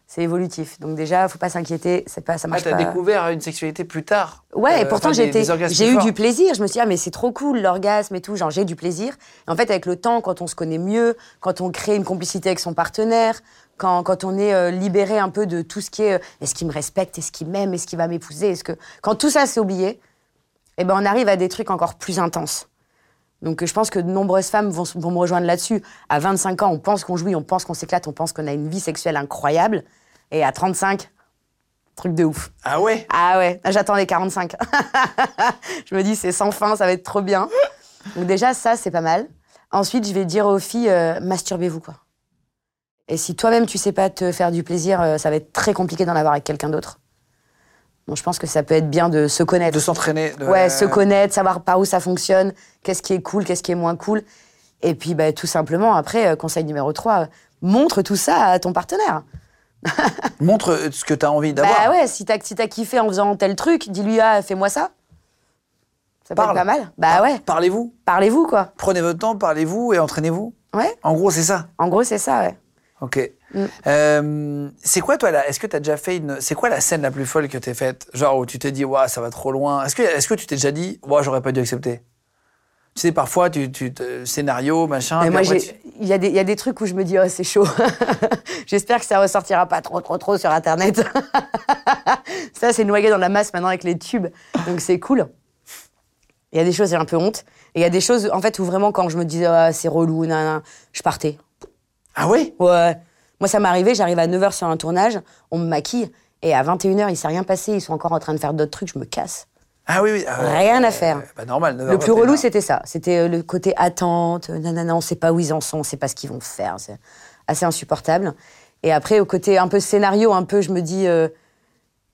S4: C'est évolutif. Donc, déjà, faut pas s'inquiéter. C'est pas, ça
S1: ah,
S4: marche
S1: t'as
S4: pas.
S1: découvert une sexualité plus tard.
S4: Ouais,
S1: Euh,
S4: et pourtant
S1: enfin,
S4: j'ai
S1: des-
S4: été-
S1: des orgasmes
S4: j'ai
S1: plus
S4: eu
S1: forts.
S4: du plaisir. Je me suis dit, ah, mais c'est trop cool l'orgasme et tout, genre j'ai du plaisir. Et en fait, avec le temps, quand on se connaît mieux, quand on crée une complicité avec son partenaire, quand, quand on est euh, libéré un peu de tout ce qui est euh, est-ce qu'il me respecte, est-ce qu'il m'aime, est-ce qu'il va m'épouser, est-ce que. Quand tout ça s'est oublié, eh ben, on arrive à des trucs encore plus intenses. Donc euh, je pense que de nombreuses femmes vont, s- vont me rejoindre là-dessus. À 25 ans, on pense qu'on jouit, on pense qu'on s'éclate, on pense qu'on a une vie sexuelle incroyable. Et à 35, truc de ouf.
S1: Ah ouais
S4: Ah ouais, j'attends les 45. je me dis, c'est sans fin, ça va être trop bien. Donc déjà, ça, c'est pas mal. Ensuite, je vais dire aux filles, euh, masturbez-vous, quoi. Et si toi-même, tu sais pas te faire du plaisir, euh, ça va être très compliqué d'en avoir avec quelqu'un d'autre. Donc je pense que ça peut être bien de se connaître.
S1: De s'entraîner. de-
S4: Ouais, se connaître, savoir par où ça fonctionne, qu'est-ce qui est cool, qu'est-ce qui est moins cool. Et puis, bah, tout simplement, après, euh, conseil numéro 3, montre tout ça à ton partenaire.
S1: Montre euh, ce que t'as envie d'avoir.
S4: Bah ouais, si t'as si t'as kiffé en faisant tel truc, dis-lui, ah, fais-moi ça. Ça peut
S1: Parle.
S4: être pas mal. Bah ouais,
S1: Parlez-vous.
S4: parlez-vous, quoi.
S1: Prenez votre temps, parlez-vous et entraînez-vous.
S4: Ouais,
S1: En gros, c'est ça.
S4: en gros, c'est ça, ouais.
S1: Ok.
S4: Mm.
S1: Euh, c'est quoi toi là Est-ce que t'as déjà fait une C'est quoi la scène la plus folle que t'es faite Genre où tu t'es dit waouh ça va trop loin. Est-ce que est-ce que tu t'es déjà dit waouh j'aurais pas dû accepter Tu sais parfois tu, tu te- scénario machin.
S4: Mais
S1: puis
S4: moi,
S1: après,
S4: j'ai- il y, a des- il y a des trucs où je me dis, oh, c'est chaud. J'espère que ça ressortira pas trop, trop, trop sur Internet. ça, c'est noyé dans la masse maintenant avec les tubes. Donc, c'est cool. Il y a des choses, j'ai un peu honte. Et il y a des choses, en fait, où vraiment, quand je me disais, ah, c'est relou, nanana, je partais.
S1: tu- Ah oui
S4: Ouais. Moi, ça m'est arrivé, j'arrive à 9h sur un tournage, on me maquille, et à 21h, il s'est rien passé, ils sont encore en train de faire d'autres trucs, je me casse.
S1: Ah oui oui. ah ouais.
S4: Rien à faire.
S1: Bah normal. neuf
S4: Le
S1: heures
S4: plus
S1: après,
S4: relou,
S1: hein.
S4: c'était ça. C'était euh, le côté attente, euh, nanana, on sait pas où ils en sont, on sait pas ce qu'ils vont faire. C'est assez insupportable. Et après, au côté un peu scénario, un peu, je me dis, euh,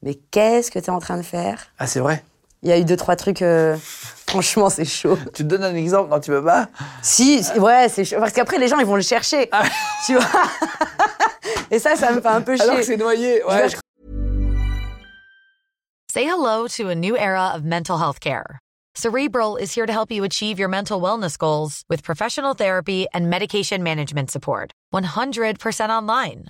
S4: mais qu'est-ce que t'es en train de faire
S1: Ah c'est vrai.
S4: Il y a eu deux, trois trucs, euh, franchement, c'est chaud.
S1: Tu te donnes un exemple Non tu peux pas.
S4: Si, si, ouais, c'est chaud. Parce qu'après, les gens, ils vont le chercher.
S1: Ah.
S4: Tu vois Et ça, ça me fait un peu chier.
S1: Alors que c'est noyé.
S4: Je
S1: Ouais.
S4: vais
S2: Say hello to a new era of mental health care. Cerebral is here to help you achieve your mental wellness goals with professional therapy and medication management support. 100% online.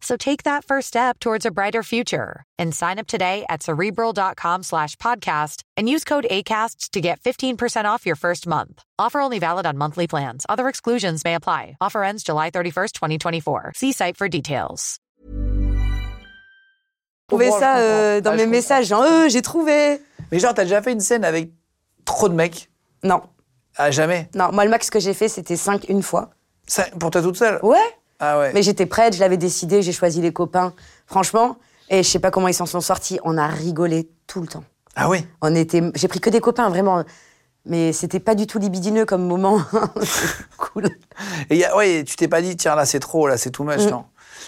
S2: So take that first step towards a brighter future and sign up today at cerebral.com slash podcast and use code ACasts to get 15% off your first month. Offer only valid on monthly plans. Other exclusions may apply. Offer ends July 31st, 2024. See site for details.
S4: Trouvé
S1: comprends,
S4: ça
S1: je
S4: euh,
S1: comprends. Ouais,
S4: dans mes
S1: je
S4: messages, genre, euh, j'ai trouvé.
S1: Mais genre, t'as déjà fait une scène avec trop de mecs
S4: Non,
S1: À jamais
S4: non, moi le max que j'ai fait c'était 5 une fois.
S1: Ça, Pour toi toute seule
S4: Ouais,
S1: Ah ouais.
S4: mais j'étais prête, je l'avais décidé, j'ai choisi les copains. Franchement, et je sais pas comment ils s'en sont sortis, on a rigolé tout le temps.
S1: Ah oui
S4: On était, j'ai pris que des copains vraiment, mais c'était pas du tout libidineux comme moment. cool.
S1: Et y a- ouais, tu t'es pas dit, tiens, là, c'est trop, là, c'est too much, non,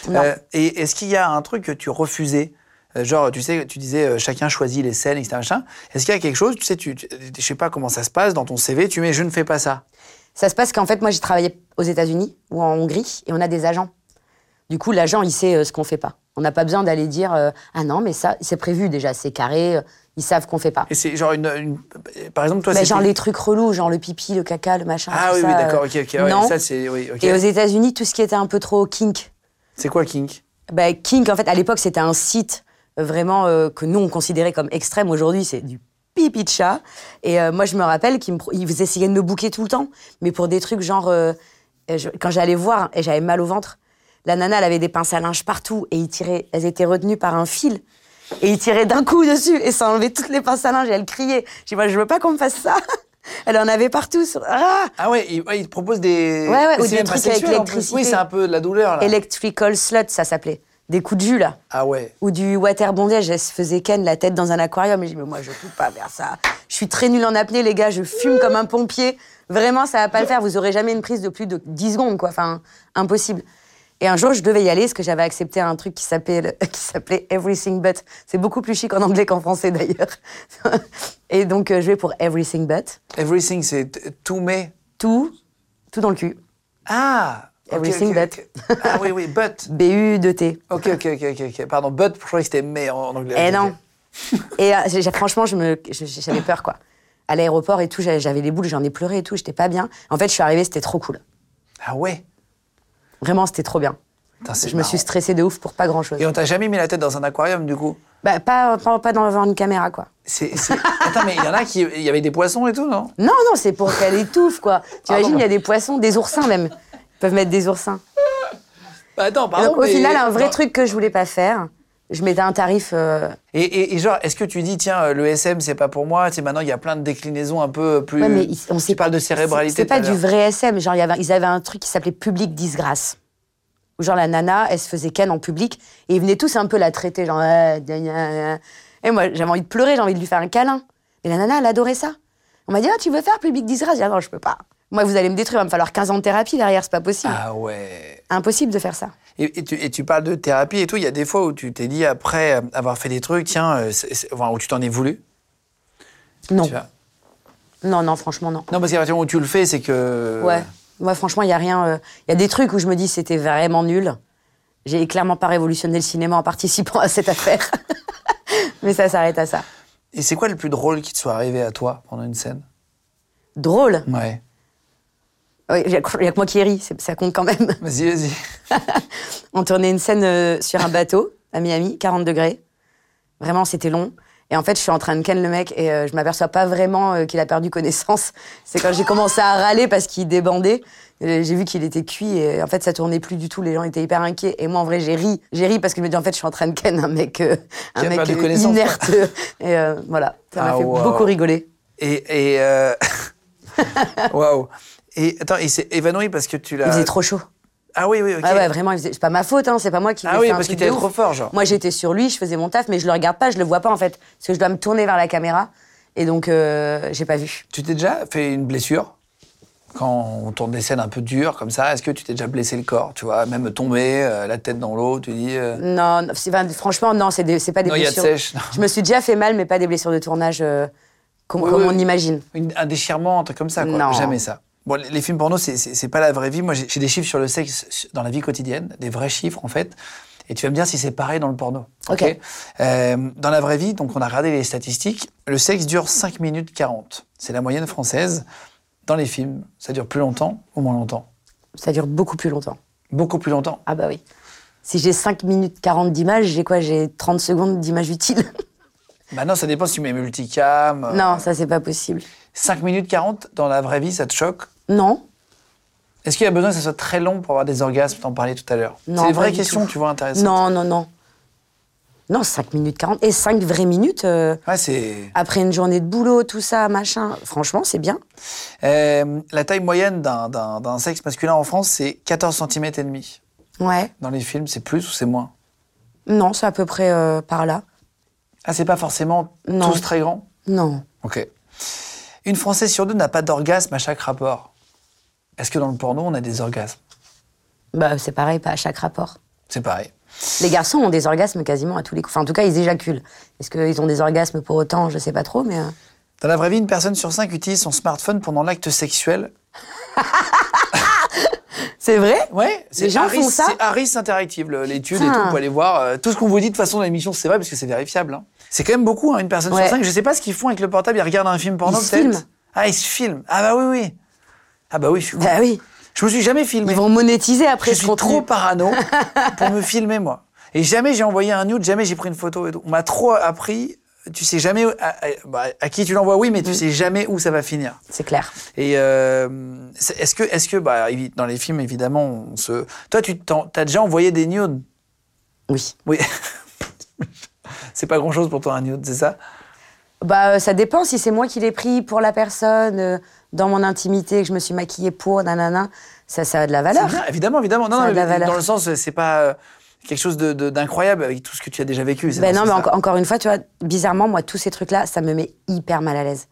S4: Mm. Non.
S1: Euh, Et est-ce qu'il y a un truc que tu refusais Euh, Genre, tu sais, tu disais, euh, chacun choisit les scènes, etc. machin. Est-ce qu'il y a quelque chose, tu sais, tu, tu- je sais pas comment ça se passe, dans ton CV, tu mets, je ne fais pas ça.
S4: Ça se passe qu'en fait, moi, j'ai travaillé aux États-Unis ou en Hongrie et on a des agents. Du coup, l'agent, il sait euh, ce qu'on fait pas. On n'a pas besoin d'aller dire euh, ah non, mais ça, c'est prévu déjà, c'est carré. euh, ils savent qu'on fait pas.
S1: Et c'est genre une, une- Par exemple, toi,
S4: Mais
S1: c'est.
S4: Bah, genre les trucs relous, genre le pipi, le caca, le machin.
S1: Bah, Ah
S4: tout
S1: oui,
S4: ça,
S1: oui,
S4: euh,
S1: d'accord, ok, ok. ouais,
S4: non.
S1: ça, c'est. Oui, ok.
S4: Et aux États-Unis, tout ce qui était un peu trop kink.
S1: C'est quoi, Kink
S4: Bah, kink, en fait, à l'époque, c'était un site euh, vraiment euh, que nous on considérait comme extrême. Aujourd'hui, c'est du pipi de chat. Et euh, moi, je me rappelle qu'ils me pro- ils essayaient de me bouquer tout le temps, mais pour des trucs genre euh, euh, je- quand j'allais voir et j'avais mal au ventre. La nana, elle avait des pinces à linge partout et ils tiraient, elles étaient retenues par un fil. Et ils tiraient d'un coup dessus et ça enlevait toutes les pinces à linge et elle criait. Je dis, moi, je veux pas qu'on me fasse ça. Elle en avait partout. sur- Ah
S1: Ah ouais, il, ouais, il te propose des.
S4: Ouais, ouais,
S1: Mais
S4: ou
S1: c'est
S4: des
S1: même pas
S4: trucs avec
S1: sexuel, en plus.
S4: l'électricité.
S1: Oui, c'est un peu de la douleur, là.
S4: Electrical slut, ça s'appelait. Des coups de jus, là.
S1: Ah ouais.
S4: Ou du water bondage. Elle se faisait ken la tête dans un aquarium. Et je dis, mais moi, je peux pas faire ça. Je suis très nulle en apnée, les gars. Je fume comme un pompier. Vraiment, ça va pas le faire. Vous aurez jamais une prise de plus de 10 secondes, quoi. Enfin, impossible. Et un jour, je devais y aller parce que j'avais accepté un truc qui s'appelait, qui s'appelait Everything But. C'est beaucoup plus chic en anglais qu'en français, d'ailleurs. Et donc, euh, je vais pour Everything But.
S1: Everything, c'est t- tout, mais.
S4: Tout, tout dans le cul.
S1: Ah ok,
S4: Everything
S1: ok, ok. Ah oui, oui, but.
S4: B-U-D-T.
S1: Ok, ok, ok, ok. ok. Pardon, but, je croyais que c'était mais en en anglais.
S4: Eh
S1: Ok,
S4: non.
S1: ok.
S4: et euh, j'ai- j'ai- franchement, je me, je- j'avais peur, quoi. À l'aéroport et tout, j'avais j'avais les boules, j'en ai pleuré et tout, j'étais pas bien. En fait, je suis arrivée, c'était trop cool.
S1: Ah ouais
S4: Vraiment, c'était trop bien.
S1: Putain, c'est
S4: Je me
S1: marrant.
S4: suis stressée de ouf pour pas grand chose.
S1: Et on t'a jamais mis la tête dans un aquarium, du coup
S4: Bah, pas, pas, pas devant une caméra, quoi.
S1: C'est. c'est- Attends, mais il y en a qui. Il y avait des poissons et tout, non
S4: Non, non, c'est pour qu'elle étouffe, quoi. Tu imagines, il y a des poissons, des oursins même. Ils peuvent mettre des oursins.
S1: Bah, Attends,
S4: Et
S1: pardon.
S4: donc, au
S1: mais-
S4: final, un vrai
S1: Non.
S4: truc que je voulais pas faire, je mettais un tarif. euh,
S1: Et, et- et genre, est-ce que tu dis, tiens, euh, le SM, c'est pas pour moi Tu sais, maintenant, il y a plein de déclinaisons un peu plus.
S4: Ouais, mais ils- on
S1: tu
S4: sait
S1: parles de
S4: C'est
S1: cérébralité.
S4: C'était pas
S1: tout à
S4: du
S1: l'heure.
S4: vrai SM. Genre, il y avait- ils avaient un truc qui s'appelait public disgrâce. Où genre, la nana, elle se faisait ken en public. Et ils venaient tous un peu la traiter, genre... euh, gna, gna, gna. Et moi, j'avais envie de pleurer, j'ai envie de lui faire un câlin. Et la nana, elle adorait ça. On m'a dit, ah, tu veux faire public disgrâce J'ai dit, Ah, non, je peux pas. Moi, vous allez me détruire, il va me falloir 15 ans de thérapie derrière, c'est pas possible.
S1: Ah ouais.
S4: Impossible de faire ça.
S1: Et, et tu, et tu parles de thérapie et tout. Il y a des fois où tu t'es dit, après euh, avoir fait des trucs, tiens, euh, c'est- c'est- enfin, où tu t'en es voulu.
S4: Non.
S1: Tu vois.
S4: Non, non, franchement, non.
S1: Non, parce qu'à partir du moment où tu le fais, c'est que.
S4: Ouais. Moi, franchement, il y a rien. euh, Il y a des trucs où je me dis c'était vraiment nul. J'ai clairement pas révolutionné le cinéma en participant à cette affaire. Mais ça s'arrête à ça.
S1: Et c'est quoi le plus drôle qui te soit arrivé à toi pendant une scène
S4: Drôle.
S1: Ouais.
S4: Oui, Il y, a il y a que moi qui ai ri, c'est- ça compte quand même.
S1: Vas-y, vas-y.
S4: On tournait une scène euh, sur un bateau à Miami, 40 degrés. Vraiment, c'était long. Et en fait, je suis en train de ken le mec et euh, je m'aperçois pas vraiment euh, qu'il a perdu connaissance. C'est quand j'ai commencé à râler parce qu'il débandait. euh, j'ai vu qu'il était cuit et euh, en fait, ça tournait plus du tout. Les gens étaient hyper inquiets. Et moi, en vrai, j'ai ri. J'ai ri parce que je me dis, en fait, je suis en train de ken un mec, euh,
S1: Qui
S4: un
S1: a
S4: mec
S1: perdu
S4: euh,
S1: connaissance, quoi.
S4: inerte. Et euh, voilà, ça m'a
S1: Ah,
S4: fait
S1: wow.
S4: beaucoup rigoler.
S1: Et. et euh, Waouh. Et attends, il s'est évanoui parce que tu l'as.
S4: Il faisait trop chaud.
S1: Ah oui, oui, ok.
S4: Ah ouais, vraiment, il faisait- c'est pas ma faute, hein, c'est pas moi qui. lui ai
S1: Ah oui,
S4: fait un
S1: parce
S4: truc
S1: qu'il était
S4: de ouf.
S1: trop fort, genre.
S4: Moi, j'étais sur lui, je faisais mon taf, mais je le regarde pas, je le vois pas en fait, parce que je dois me tourner vers la caméra, et donc euh, j'ai pas vu.
S1: Tu t'es déjà fait une blessure quand on tourne des scènes un peu dures comme ça, est-ce que tu t'es déjà blessé le corps, tu vois, même tomber, euh, la tête dans l'eau, tu dis euh,
S4: Non, non, c'est- enfin, franchement, non, c'est des- c'est pas des
S1: Non, il y a de
S4: blessures.
S1: sèche.
S4: Je me suis déjà fait mal, mais pas des blessures de tournage euh, com-
S1: Oui,
S4: comme
S1: oui,
S4: on
S1: oui.
S4: imagine.
S1: une- un déchirement, un truc comme ça, quoi.
S4: Non.
S1: Jamais ça. Bon, les les films porno, c'est- c'est c'est pas la vraie vie. Moi, j'ai j'ai des chiffres sur le sexe su- dans la vie quotidienne, des vrais chiffres en fait. Et tu vas me dire si c'est pareil dans le porno.
S4: Ok.
S1: Euh, dans la vraie vie, donc on a regardé les statistiques, le sexe dure 5 minutes 40. C'est la moyenne française. Dans les films, ça dure plus longtemps ou moins longtemps
S4: Ça dure beaucoup plus longtemps.
S1: Beaucoup plus longtemps.
S4: Ah bah oui. Si j'ai 5 minutes 40 d'images, j'ai quoi J'ai 30 secondes d'images utiles
S1: Bah non, ça dépend si tu mets multicam. euh,
S4: Non, ça c'est pas possible.
S1: 5 minutes 40 dans la vraie vie, ça te choque
S4: Non,
S1: Est-ce qu'il y a besoin que ça soit très long pour avoir des orgasmes T'en parlais tout à l'heure.
S4: Non,
S1: C'est des
S4: pas
S1: vraies
S4: du
S1: questions,
S4: tout.
S1: tu vois, intéressantes.
S4: non, non, non. Non, 5 minutes 40 et 5 vraies minutes euh,
S1: Ouais, c'est.
S4: après une journée de boulot, tout ça, machin. Franchement, c'est bien.
S1: Euh, la taille moyenne d'un- d'un d'un sexe masculin en France, c'est 14 cm et demi.
S4: Ouais.
S1: Dans les films, c'est plus ou c'est moins
S4: Non, c'est à peu près euh, par là.
S1: Ah, c'est pas forcément
S4: Non.
S1: tous très grands
S4: Non.
S1: Ok. Une Française sur deux n'a pas d'orgasme à chaque rapport. Est-ce que dans le porno, on a des orgasmes
S4: Bah, c'est pareil, pas à chaque rapport.
S1: C'est pareil.
S4: Les garçons ont des orgasmes quasiment à tous les coups. Enfin, en tout cas, ils éjaculent. Est-ce qu'ils ont des orgasmes pour autant Je sais pas trop, mais. euh,
S1: Dans la vraie vie, une personne sur cinq utilise son smartphone pendant l'acte sexuel.
S4: C'est vrai
S1: Ouais, c'est
S4: Les gens
S1: Harris,
S4: font ça
S1: c'est Harris Interactive, le- l'étude et
S4: Putain.
S1: tout. Vous pouvez aller voir euh, tout ce qu'on vous dit de toute façon dans l'émission, c'est vrai parce que c'est vérifiable. hein. C'est quand même beaucoup, hein, une personne
S4: Ouais.
S1: sur cinq. Je sais pas ce qu'ils font avec le portable. Ils regardent un film porno
S4: Ils se
S1: peut-être.
S4: filment.
S1: Ah, ils se filment. Ah bah oui, oui. Ah bah oui, je suis. con.
S4: Bah oui.
S1: Je me suis jamais
S4: Ils
S1: filmé.
S4: vont monétiser après
S1: Je
S4: ce
S1: suis
S4: contenu.
S1: trop parano pour me filmer moi. Et jamais j'ai envoyé un nude, jamais j'ai pris une photo. Et tout. On m'a trop appris. Tu sais jamais où- à, à- bah, à qui tu l'envoies, oui,
S4: Mm.
S1: mais tu sais jamais où ça va finir.
S4: C'est clair.
S1: Et euh, c'est- est-ce que, est-ce que, bah, évi- dans les films évidemment, on se. Toi, tu t'en- t'as déjà envoyé des nudes
S4: Oui.
S1: Oui. c'est pas grand chose pour toi un nude, c'est ça
S4: Bah, euh, ça dépend si c'est moi qui l'ai pris pour la personne, euh, dans mon intimité, que je me suis maquillée pour, nanana. Ça, ça a de la
S1: C'est
S4: valeur.
S1: bien, Évidemment, évidemment. Non,
S4: Ça a
S1: non,
S4: de la
S1: mais
S4: valeur.
S1: dans le sens, c'est pas euh, quelque chose de- de- d'incroyable avec tout ce que tu as déjà vécu. c'est
S4: Ben
S1: dans
S4: non,
S1: ce
S4: mais
S1: sens-là.
S4: enco- encore une fois, tu vois, bizarrement, moi, tous ces trucs-là, ça me met hyper mal à l'aise.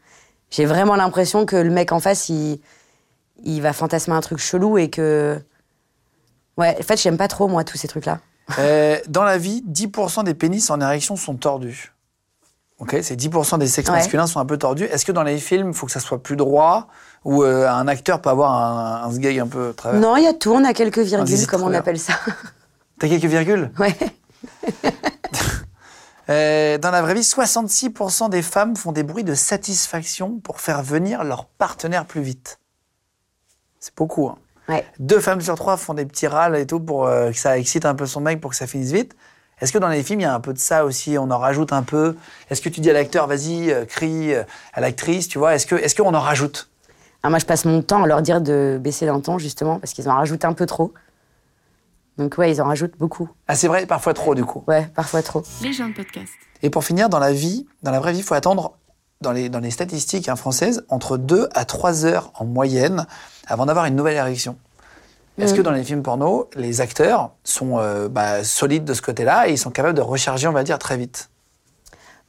S4: J'ai vraiment l'impression que le mec en face, il, il va fantasmer un truc chelou et que. Ouais, en fait, j'aime pas trop, moi, tous ces trucs-là.
S1: Euh, dans la vie, 10% des pénis en érection sont tordus. Ok, c'est 10% des sexes
S4: Ouais.
S1: masculins sont un peu tordus. Est-ce que dans les films, il faut que ça soit plus droit ou euh, un acteur peut avoir un, un sgeg un peu à travers
S4: Non, il y a tout, on a quelques virgules,
S1: visite
S4: comme on
S1: travers.
S4: appelle ça.
S1: T'as quelques virgules
S4: ouais.
S1: Euh, Dans la vraie vie, 66% des femmes font des bruits de satisfaction pour faire venir leur partenaire plus vite. C'est beaucoup. Hein.
S4: Ouais.
S1: Deux femmes sur trois font des petits râles et tout pour euh, que ça excite un peu son mec, pour que ça finisse vite. Est-ce que dans les films, il y a un peu de ça aussi On en rajoute un peu Est-ce que tu dis à l'acteur, vas-y, euh, crie, euh, à l'actrice, tu vois Est-ce que- est-ce qu'on en rajoute
S4: Ah, moi, je passe mon temps à leur dire de baisser d'un ton, justement, parce qu'ils en rajoutent un peu trop. Donc, ouais, ils en rajoutent beaucoup.
S1: Ah, c'est vrai, parfois trop, du coup.
S4: Ouais, parfois trop.
S3: Les gens de podcast.
S1: Et pour finir, dans la vie, dans la vraie vie, il faut attendre, dans les, dans les statistiques hein, françaises, entre 2 à 3 heures en moyenne avant d'avoir une nouvelle érection. Est-ce que dans les films porno, les acteurs sont euh, bah, solides de ce côté-là et ils sont capables de recharger, on va dire, très vite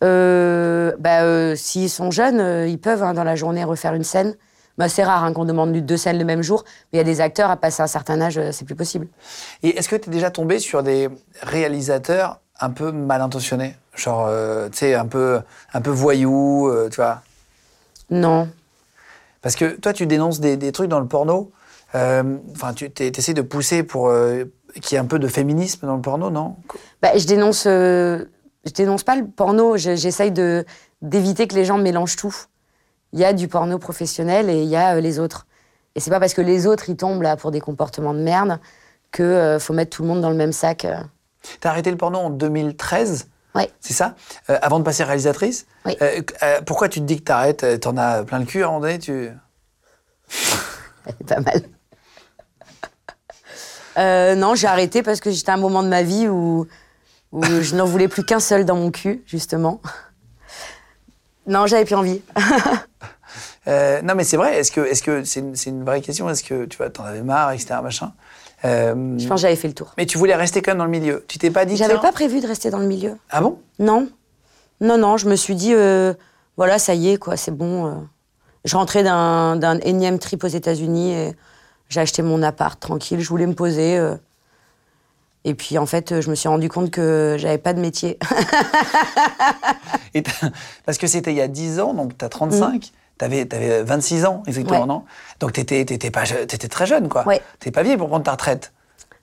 S4: Euh, bah, euh, S'ils sont jeunes, euh, ils peuvent hein, dans la journée refaire une scène. Bah, c'est rare hein, qu'on demande deux scènes le même jour, mais il y a des acteurs à passer un certain âge, euh, c'est plus possible.
S1: Et est-ce que tu es déjà tombé sur des réalisateurs un peu mal intentionnés Genre, euh, tu sais, un peu, un peu voyous, euh, tu vois
S4: Non.
S1: Parce que toi, tu dénonces des, des trucs dans le porno. Euh, Enfin, tu essaies de pousser pour euh, qu'il y ait un peu de féminisme dans le porno, non
S4: Bah, je dénonce, euh, je dénonce pas le porno. je- J'essaye de d'éviter que les gens mélangent tout. Il y a du porno professionnel et il y a euh, les autres. Et c'est pas parce que les autres ils tombent là pour des comportements de merde que euh, faut mettre tout le monde dans le même sac. euh.
S1: T'as arrêté le porno en 2013
S4: Ouais.
S1: C'est ça Euh, Avant de passer réalisatrice
S4: Oui.
S1: Euh, euh, pourquoi tu te dis que t'arrêtes Euh, T'en as plein le cul à un moment donné tu...
S4: C'est pas mal. Euh, non, j'ai arrêté parce que j'étais à un moment de ma vie où, où je n'en voulais plus qu'un seul dans mon cul, justement. Non, j'avais plus envie.
S1: Euh, Non, mais c'est vrai. Est-ce que est-ce que c'est une, c'est une vraie question Est-ce que tu vois, t'en avais marre, etc. Machin. Euh,
S4: Je pense que j'avais fait le tour.
S1: Mais tu voulais rester quand même dans le milieu. Tu t'es pas dit.
S4: J'avais
S1: tiens-
S4: pas prévu de rester dans le milieu.
S1: Ah bon
S4: Non. Non, non, je me suis dit, euh, voilà, ça y est, quoi, c'est bon. euh. Je rentrais d'un d'un énième trip aux États-Unis et j'ai acheté mon appart tranquille. Je voulais me poser. euh. Et puis en fait, euh, je me suis rendu compte que j'avais pas de métier.
S1: Et t'as- parce que c'était il y a 10 ans, donc t'as 35, t'avais, t'avais 26 ans exactement,
S4: Mm. Ouais.
S1: non Donc t'étais, t'étais, pas, je- t'étais très jeune, quoi.
S4: Ouais.
S1: T'es pas vieux pour prendre ta retraite.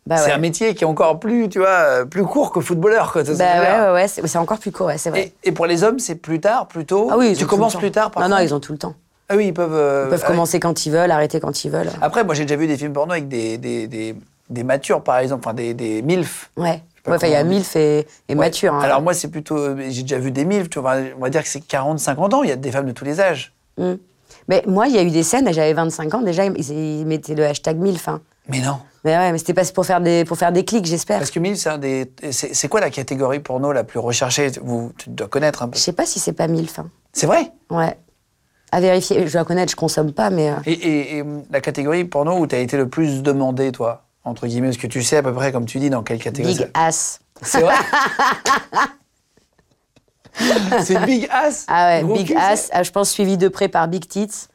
S4: Bah
S1: c'est
S4: ouais.
S1: un métier qui est encore plus, tu vois, euh, plus court que footballeur, quoi. c'est ce que je
S4: Bah
S1: veux dire.
S4: ouais, ouais, ouais, c'est c'est encore plus court, ouais, c'est vrai.
S1: Et, et pour les hommes, c'est plus tard, plus tôt.
S4: ah oui, ils ont
S1: tu
S4: tout le
S1: commences
S4: temps.
S1: plus tard, par
S4: Non, non,
S1: contre.
S4: ils ont tout le temps.
S1: Ah oui, ils peuvent. euh,
S4: Ils peuvent
S1: ah,
S4: commencer quand ils veulent, arrêter quand ils veulent.
S1: Après, moi, j'ai déjà vu des films porno avec des, des, des, des matures, par exemple, enfin des, des MILF.
S4: Ouais.
S1: pas
S4: Ouais, enfin, il y a
S1: comment on dit.
S4: MILF et, et
S1: Ouais.
S4: Mature. hein.
S1: Alors moi, c'est plutôt. euh, J'ai déjà vu des MILF, tu vois, on va dire que c'est 40, 50 ans, il y a des femmes de tous les âges.
S4: Mm. Mais moi, il y a eu des scènes, j'avais 25 ans déjà, ils, ils mettaient le hashtag MILF. hein.
S1: Mais non.
S4: Mais ouais, mais c'était pas pour faire des, pour faire des clics, j'espère.
S1: Parce que MILF, c'est un des. C'est c'est quoi la catégorie porno la plus recherchée Vous, Tu dois connaître un peu.
S4: Je sais pas si c'est pas MILF. hein.
S1: C'est vrai
S4: Ouais. À vérifier, je dois connaître, je consomme pas, mais. euh,
S1: et, et- et, hum, la catégorie porno où tu as été le plus demandé, toi Entre guillemets, parce que tu sais à peu près, comme tu dis, dans quelle catégorie.
S4: Big ass.
S1: C'est vrai C'est Big Ass
S4: Ah ouais,
S1: gros
S4: Big
S1: cul,
S4: ass, ah, je pense suivi de près par Big tits.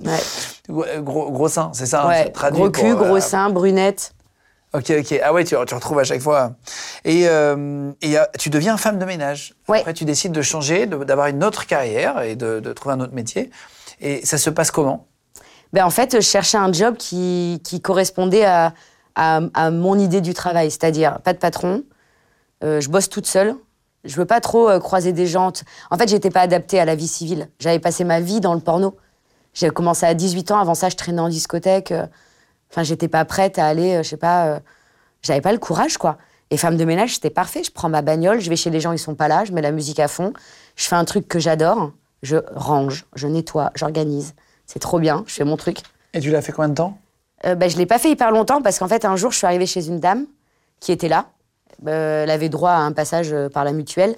S4: Ouais,
S1: c'est- Ouais, Gros, gros sein, c'est ça hein,
S4: Ouais,
S1: ça traduit
S4: gros
S1: pour,
S4: cul,
S1: euh,
S4: gros sein, brunette.
S1: Ok, ok. Ah ouais, tu, tu retrouves à chaque fois. Et, euh, et, euh, tu deviens femme de ménage.
S4: Ouais.
S1: Après, tu décides de changer, de- d'avoir une autre carrière et de, de trouver un autre métier. Et ça se passe comment
S4: Ben, en fait, je cherchais un job qui, qui correspondait à, à- à mon idée du travail, c'est-à-dire pas de patron, euh, je bosse toute seule, je veux pas trop euh, croiser des gens. t- En fait, j'étais pas adaptée à la vie civile. J'avais passé ma vie dans le porno. J'ai commencé à 18 ans, avant ça, je traînais en discothèque. euh, Enfin, j'étais pas prête à aller, euh, je sais pas, euh, j'avais pas le courage, quoi. Et femme de ménage, c'était parfait. Je prends ma bagnole, je vais chez les gens, ils sont pas là, je mets la musique à fond, je fais un truc que j'adore, je range, je nettoie, j'organise. C'est trop bien, je fais mon truc.
S1: Et tu l'as fait combien de temps
S4: Euh, bah, je ne l'ai pas fait hyper longtemps parce qu'en fait, un jour, je suis arrivée chez une dame qui était là. Euh, elle avait droit à un passage euh, par la mutuelle.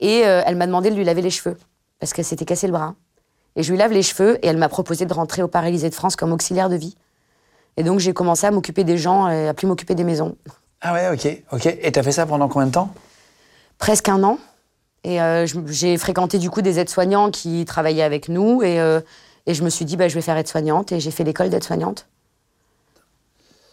S4: Et euh, elle m'a demandé de lui laver les cheveux parce qu'elle s'était cassé le bras. Et je lui lave les cheveux et elle m'a proposé de rentrer au Paralysé de France comme auxiliaire de vie. Et donc, j'ai commencé à m'occuper des gens et à plus m'occuper des maisons.
S1: Ah ouais, ok, ok. Et t'as fait ça pendant combien de temps
S4: Presque un an. Et euh, je- j'ai fréquenté du coup des aides-soignants qui travaillaient avec nous. Et, euh, et je me suis dit, bah, je vais faire aide-soignante. Et j'ai fait l'école d'aide-soignante.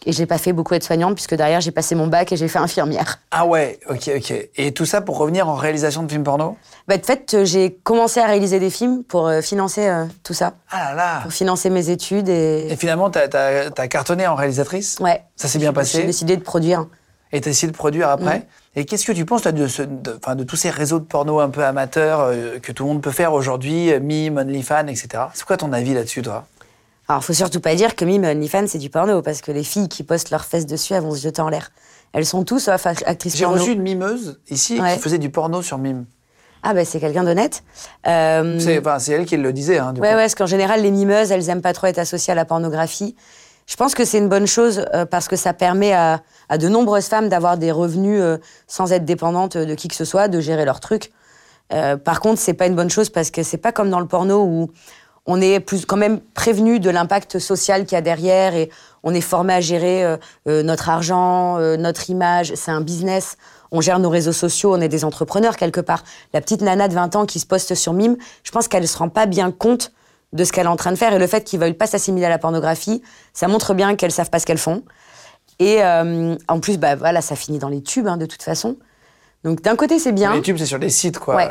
S4: Et je n'ai pas fait beaucoup aide-soignante, puisque derrière, j'ai passé mon bac et j'ai fait infirmière.
S1: Ah ouais, ok, ok. Et tout ça pour revenir en réalisation de films porno
S4: Bah, de fait, euh, j'ai commencé à réaliser des films pour euh, financer euh, tout ça,
S1: Ah là là
S4: pour financer mes études. Et,
S1: Et finalement, t'as as, cartonné en réalisatrice
S4: ouais.
S1: Ça s'est bien
S4: J'ai
S1: passé
S4: décidé de produire.
S1: et t'as essayé de produire après.
S4: Mm.
S1: Et qu'est-ce que tu penses là, de, ce- de, enfin, de tous ces réseaux de porno un peu amateurs euh, que tout le monde peut faire aujourd'hui, euh, Mime, OnlyFans, etc. C'est quoi ton avis là-dessus, toi
S4: Alors, faut surtout pas dire que Mime et OnlyFans, c'est du porno, parce que les filles qui postent leurs fesses dessus, elles vont se jeter en l'air. Elles sont tous sauf actrices
S1: J'ai
S4: porno.
S1: reçu une mimeuse ici
S4: Ouais.
S1: qui faisait du porno sur Mime.
S4: Ah, bah, c'est quelqu'un d'honnête. Euh,
S1: C'est enfin, c'est elle qui le disait. Hein, du
S4: Ouais,
S1: coup.
S4: ouais, parce qu'en général, les mimeuses, elles aiment pas trop être associées à la pornographie. Je pense que c'est une bonne chose euh, parce que ça permet à, à de nombreuses femmes d'avoir des revenus euh, sans être dépendantes euh, de qui que ce soit, de gérer leurs trucs. Euh, par contre, c'est pas une bonne chose parce que c'est pas comme dans le porno où on est plus quand même prévenu de l'impact social qu'il y a derrière et on est formé à gérer euh, euh, notre argent, euh, notre image. C'est un business. On gère nos réseaux sociaux, on est des entrepreneurs quelque part. La petite nana de 20 ans qui se poste sur Mime, je pense qu'elle se rend pas bien compte de ce qu'elle est en train de faire et le fait qu'ils veulent pas s'assimiler à la pornographie, ça montre bien qu'elles savent pas ce qu'elles font. Et euh, en plus, bah voilà, ça finit dans les tubes hein, de toute façon. Donc d'un côté c'est bien,
S1: Les tubes, c'est sur des sites, quoi.
S4: Ouais.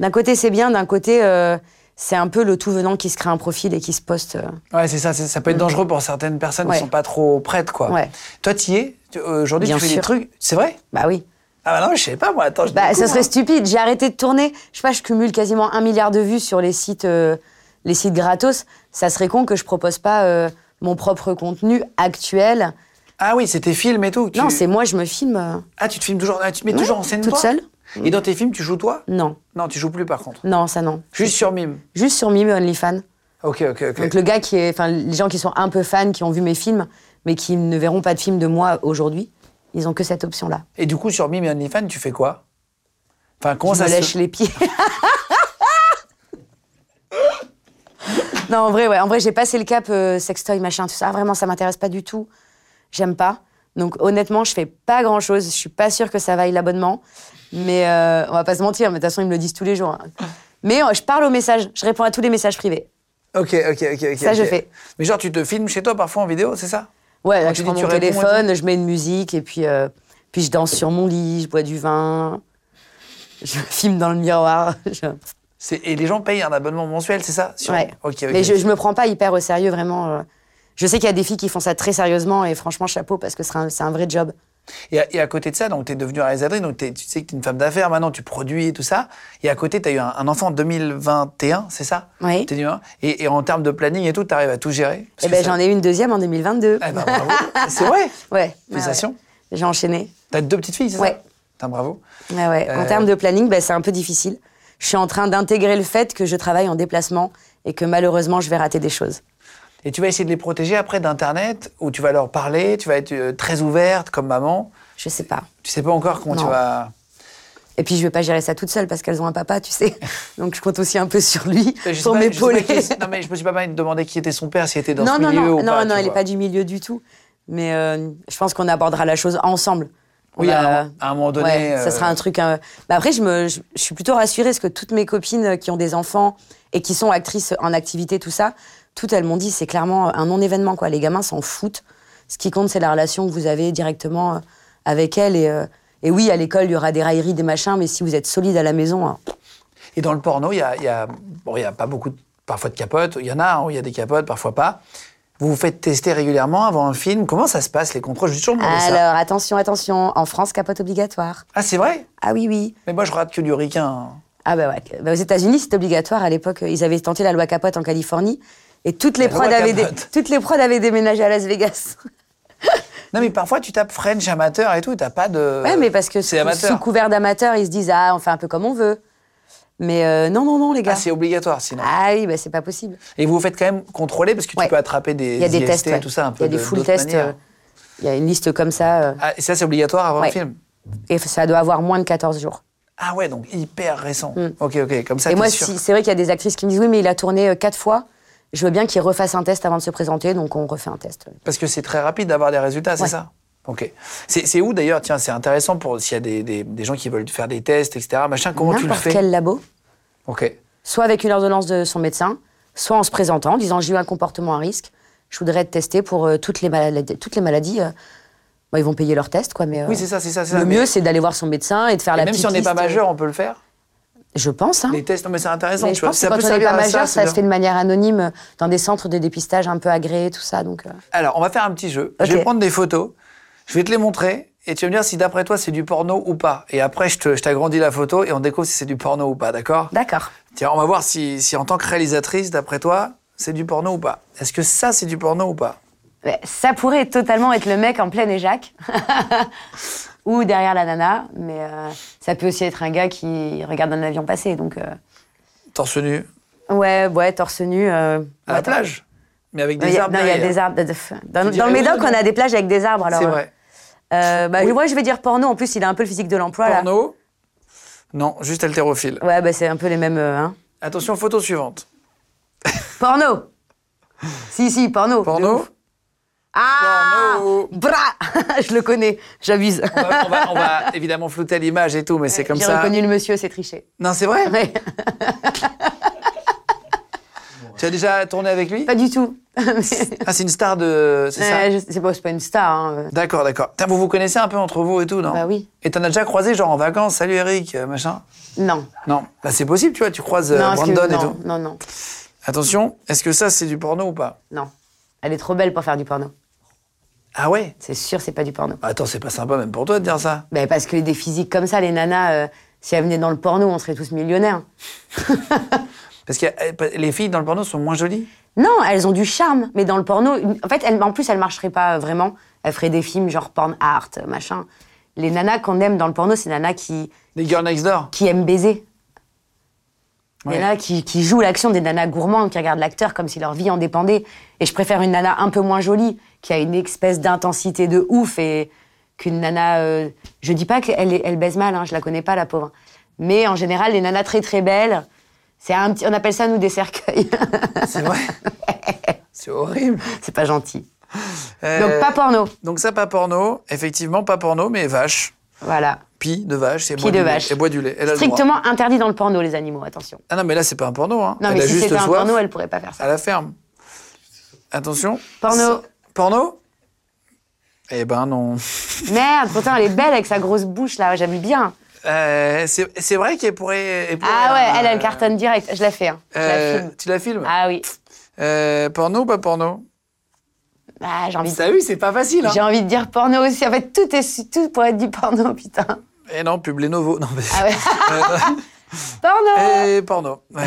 S4: d'un côté c'est bien, d'un côté euh, c'est un peu le tout venant qui se crée un profil et qui se poste. euh,
S1: Ouais, c'est ça. c'est- Ça peut être dangereux pour certaines personnes
S4: Ouais.
S1: qui sont pas trop prêtes, quoi.
S4: Ouais.
S1: Toi, t'y es Tu- euh, Aujourd'hui,
S4: Bien
S1: tu fais des
S4: sûr.
S1: trucs. C'est vrai
S4: Bah oui.
S1: Ah bah non, je sais pas, moi. Attends, je
S4: Bah ça
S1: découvre,
S4: serait
S1: hein.
S4: stupide. J'ai arrêté de tourner. Je sais pas, je cumule quasiment un milliard de vues sur les sites, euh, les sites gratos. Ça serait con que je propose pas euh, mon propre contenu actuel.
S1: Ah oui, c'est tes films et tout. tu-
S4: Non, c'est moi, je me filme. euh,
S1: Ah, tu te filmes toujours. ah, tu te mets
S4: Ouais,
S1: toujours en scène
S4: toute
S1: toi
S4: seule. Mm.
S1: Et dans tes films, tu joues toi
S4: non,
S1: Non, tu joues plus par contre.
S4: non, ça non.
S1: Juste sur mime.
S4: Juste sur Mime et OnlyFans.
S1: Ok, ok, ok.
S4: Donc le gars qui est, enfin les gens qui sont un peu fans, qui ont vu mes films, mais qui ne verront pas de films de moi aujourd'hui, ils ont que cette option-là.
S1: Et du coup, sur mime et OnlyFans, tu fais quoi Enfin, comment
S4: Je
S1: ça
S4: me
S1: se-
S4: lèche les pieds. non, en vrai, ouais, en vrai, j'ai passé le cap euh, sextoy, machin, tout ça. Vraiment, ça m'intéresse pas du tout. J'aime pas. Donc honnêtement, je fais pas grand chose. Je suis pas sûre que ça vaille l'abonnement. Mais euh, on va pas se mentir. Mais de toute façon, ils me le disent tous les jours. hein. Mais euh, je parle aux messages, je réponds à tous les messages privés.
S1: Ok, ok, ok. ok,
S4: Ça, je
S1: ok.
S4: fais.
S1: Mais genre, tu te filmes chez toi parfois en vidéo, c'est ça
S4: Ouais,
S1: Quand
S4: là, je
S1: Ah, tu
S4: prends
S1: dis
S4: mon
S1: tu réponds et
S4: téléphone, je mets une musique et puis, euh, puis je danse sur mon lit, je bois du vin, je me filme dans le miroir. je-
S1: C'est- Et les gens payent un abonnement mensuel, c'est ça Sur-
S4: Ouais.
S1: Ok, ok.
S4: Mais je, je me prends pas hyper au sérieux, vraiment. euh. Je sais qu'il y a des filles qui font ça très sérieusement et franchement, chapeau, parce que c'est un, c'est un vrai job.
S1: Et, à, et à côté de ça, donc, tu es devenue réalisatrice, donc t'es- tu sais que tu es une femme d'affaires maintenant, tu produis et tout ça. Et à côté, tu as eu un, un enfant en 2021, c'est ça
S4: Oui.
S1: T'es du- hein Et, et en termes de planning et tout, tu arrives à tout gérer Parce
S4: Et
S1: que
S4: ben,
S1: ça-
S4: j'en ai eu une deuxième en
S1: Eh
S4: 2022.
S1: ben, bravo. c'est vrai
S4: Ouais.
S1: Félicitations.
S4: Ouais, ouais. J'ai enchaîné.
S1: T'as deux petites filles, c'est
S4: Ouais.
S1: ça Putain, bravo.
S4: Ouais, ouais. En
S1: Euh,
S4: termes de planning, bah, c'est un peu difficile. Je suis en train d'intégrer le fait que je travaille en déplacement et que malheureusement, je vais rater des choses.
S1: Et tu vas essayer de les protéger après d'Internet, où tu vas leur parler, tu vas être euh, très ouverte comme maman.
S4: Je sais pas.
S1: Tu sais pas encore comment
S4: Non.
S1: tu vas.
S4: Et puis, je vais pas gérer ça toute seule parce qu'elles ont un papa, tu sais. Donc, je compte aussi un peu sur lui
S1: Je sais
S4: pour
S1: pas- je sais pas
S4: m'épauler.
S1: qui est- non, mais je me suis pas mal demandé qui était son père, s'il était dans
S4: Non,
S1: ce
S4: non,
S1: milieu
S4: non,
S1: ou
S4: non,
S1: pas.
S4: non,
S1: tu
S4: elle n'est
S1: vois.
S4: pas du milieu du tout. Mais euh, je pense qu'on abordera la chose ensemble. On
S1: Oui, à
S4: a-
S1: un- à un moment donné,
S4: ouais,
S1: euh,
S4: ça sera un truc. euh, bah après, je, me, je, je suis plutôt rassurée parce que toutes mes copines euh, qui ont des enfants et qui sont actrices en activité, tout ça, toutes elles m'ont dit c'est clairement un non-événement. quoi. Les gamins s'en foutent. Ce qui compte, c'est la relation que vous avez directement euh, avec elles. Et, euh, et oui, à l'école, il y aura des railleries, des machins, mais si vous êtes solide à la maison. hein,
S1: Et dans le porno, il y a, il y a- bon, il y a pas beaucoup, de- parfois de capotes. Il y en a, hein, où il y a des capotes, parfois pas. Vous vous faites tester régulièrement avant un film. Comment ça se passe les contrôles Je me suis toujours demandé Ah, ça.
S4: Alors, attention, attention. En France, capote obligatoire.
S1: Ah, c'est vrai
S4: Ah oui, oui.
S1: Mais moi, je rate que du ricain. hein.
S4: Ah bah ouais. Bah, aux États-Unis, c'est obligatoire. À l'époque, ils avaient tenté la loi Capote en Californie. Et toutes les,
S1: La loi
S4: prods avaient, dé-
S1: Capote.
S4: toutes les prods avaient déménagé à Las Vegas.
S1: Non, mais parfois, tu tapes French amateur et tout, t'as pas de.
S4: ouais, mais parce que sous,
S1: c'est amateur.
S4: sous couvert d'amateurs, ils se disent Ah, on fait un peu comme on veut. Mais euh, non, non, non, les
S1: Ah,
S4: gars.
S1: c'est obligatoire sinon.
S4: Ah, oui, bah c'est pas possible.
S1: Et vous vous faites quand même contrôler parce que
S4: Ouais.
S1: tu peux attraper des,
S4: Il y a des
S1: IST
S4: tests.
S1: et
S4: ouais.
S1: tout ça un peu.
S4: Il y a des
S1: de-
S4: full
S1: d'autres
S4: tests.
S1: manières.
S4: euh, Il y a une liste comme ça. euh,
S1: Ah, et ça, c'est obligatoire avant
S4: Ouais.
S1: le film
S4: et ça doit avoir moins de 14 jours.
S1: Ah ouais, donc hyper récent. Ok, ok, comme ça,
S4: Mm.
S1: t'es
S4: Et moi,
S1: sûr.
S4: si- c'est vrai qu'il y a des actrices qui me disent Oui, mais il a tourné euh, quatre fois. Je veux bien qu'il refasse un test avant de se présenter. Donc on refait un test.
S1: Parce que c'est très rapide d'avoir des résultats, c'est
S4: Ouais.
S1: ça Ok. C'est c'est où d'ailleurs Tiens, c'est intéressant pour s'il y a des, des- des gens qui veulent faire des tests, etc. Machin, comment tu le
S4: N'importe
S1: fais
S4: quel labo.
S1: Ok.
S4: soit avec une ordonnance de son médecin, soit en se présentant, en disant j'ai eu un comportement à risque, je voudrais être testé pour euh, toutes les maladies. Toutes les maladies euh, bon, ils vont payer leur test, quoi. Mais euh,
S1: Oui, c'est ça, c'est ça, c'est ça.
S4: le
S1: Mais-
S4: mieux, c'est d'aller voir son médecin et de faire la
S1: Même
S4: petite
S1: si on n'est pas
S4: liste, euh,
S1: majeur, on peut le faire.
S4: Je pense, hein.
S1: Les tests, non mais c'est intéressant.
S4: Mais
S1: tu
S4: je
S1: vois.
S4: pense que
S1: Ça
S4: quand
S1: peut
S4: on n'est
S1: servir
S4: pas
S1: à
S4: majeur, ça,
S1: c'est
S4: se
S1: bien.
S4: fait de manière anonyme euh, dans des centres de dépistage un peu agréés, tout ça. Donc, euh,
S1: Alors, on va faire un petit jeu. Je
S4: Ok.
S1: vais prendre des photos, je vais te les montrer, et tu vas me dire si d'après toi c'est du porno ou pas. Et après, je te- je t'agrandis la photo et on découvre si c'est du porno ou pas, d'accord
S4: D'accord.
S1: Tiens, on va voir si, si en tant que réalisatrice, d'après toi, c'est du porno ou pas. Est-ce que ça, c'est du porno ou pas
S4: Ouais, Ça pourrait totalement être le mec en plein éjac. Ou derrière la nana, mais euh, ça peut aussi être un gars qui regarde un avion passer. Donc, euh,
S1: Torse nu,
S4: ouais, ouais, torse nu. euh,
S1: à la
S4: attends.
S1: plage, mais avec
S4: Non, il
S1: des
S4: y a,
S1: arbres
S4: non, il y a
S1: derrière.
S4: des arbres. de- de- Dans,
S1: Tu
S4: dans
S1: dirais
S4: le
S1: oui,
S4: Médoc,
S1: non
S4: on a des plages avec des arbres. Alors,
S1: C'est vrai.
S4: euh, bah,
S1: Oui.
S4: Moi, je vais dire porno. En plus, il a un peu le physique de l'emploi. là.
S1: Porno Non, juste haltérophile.
S4: Ouais, bah, c'est un peu les mêmes. euh, hein.
S1: Attention, photo suivante.
S4: Porno Si, si, porno. De
S1: Porno
S4: ouf. Ah
S1: Porno.
S4: Bra Je le connais, j'abuse.
S1: on va, on va- on va évidemment flouter l'image et tout, mais c'est comme
S4: J'ai
S1: ça.
S4: reconnu le monsieur, c'est triché.
S1: Non, c'est vrai
S4: Ouais,
S1: Tu as déjà tourné avec lui
S4: pas Euh, du tout. Mais-
S1: Ah, c'est une star de. C'est ça
S4: Ouais, je- C'est pas, c'est pas une star. hein.
S1: D'accord, d'accord. Putain, Vous vous connaissez un peu entre vous et tout, non
S4: Bah oui.
S1: Et t'en as déjà croisé, genre en vacances, salut Eric, euh, machin
S4: Non.
S1: Non. Bah, c'est possible, tu vois, tu croises euh,
S4: non, parce que-
S1: Brandon et
S4: non,
S1: tout.
S4: non, non,
S1: Attention, est-ce que ça, c'est du porno ou pas
S4: non. Elle est trop belle pour faire du porno.
S1: Ah ouais Bah,
S4: C'est sûr, c'est pas du porno.
S1: Attends, c'est pas sympa même pour toi de dire ça.
S4: Ben, parce que des physiques comme ça, les nanas, euh, si elles venaient dans le porno, on serait tous millionnaires.
S1: Parce que euh, les filles dans le porno sont moins jolies.
S4: Non, elles ont du charme, mais dans le porno, une- en fait, elles- en plus, elles marcheraient pas euh, vraiment. Elles feraient des films genre porn art, euh, machin. Les nanas qu'on aime dans le porno, c'est les nanas qui,
S1: Les girls next door.
S4: qui aiment baiser. Des
S1: Ouais.
S4: nanas qui, qui jouent l'action, des nanas gourmandes qui regardent l'acteur comme si leur vie en dépendait. Et je préfère une nana un peu moins jolie, qui a une espèce d'intensité de ouf et qu'une nana. euh, je dis pas qu'elle est- elle baise mal, hein, je la connais pas la pauvre. Mais en général, les nanas très très belles, c'est un petit, on appelle ça nous des cercueils.
S1: C'est vrai. c'est horrible.
S4: c'est pas gentil.
S1: Euh,
S4: Donc pas porno.
S1: donc ça, pas porno. Effectivement, pas porno, mais vache.
S4: Voilà.
S1: Pie de vache, c'est
S4: Pie
S1: bois
S4: de
S1: du lait.
S4: vache.
S1: Elle boit du lait. Elle a le droit.
S4: Strictement interdit dans le porno, les animaux, attention.
S1: Ah non, mais là, c'est pas un porno. Hein.
S4: Non,
S1: Elle
S4: mais
S1: a
S4: si
S1: juste
S4: c'était un
S1: soif
S4: porno, elle pourrait pas faire ça.
S1: à la ferme. Attention.
S4: Porno.
S1: C'est- Porno Eh ben non.
S4: Merde, pourtant elle est belle avec sa grosse bouche là, j'aime bien.
S1: Euh, c'est c'est vrai qu'elle pourrait, elle pourrait,
S4: Ah ouais, elle,
S1: euh,
S4: elle cartonne direct. Je la fais, hein. Je
S1: euh,
S4: la filme.
S1: Tu la filmes
S4: Ah oui.
S1: Euh, Porno ou pas porno
S4: Ah, j'ai envie, de-
S1: T'as vu, c'est pas facile. hein.
S4: j'ai envie de dire porno aussi. En fait, tout, est, tout pourrait être du porno, putain.
S1: Eh non, pub Lenovo. Non, mais... Euh,
S4: Ah ouais. porno
S1: Et porno. Ouais.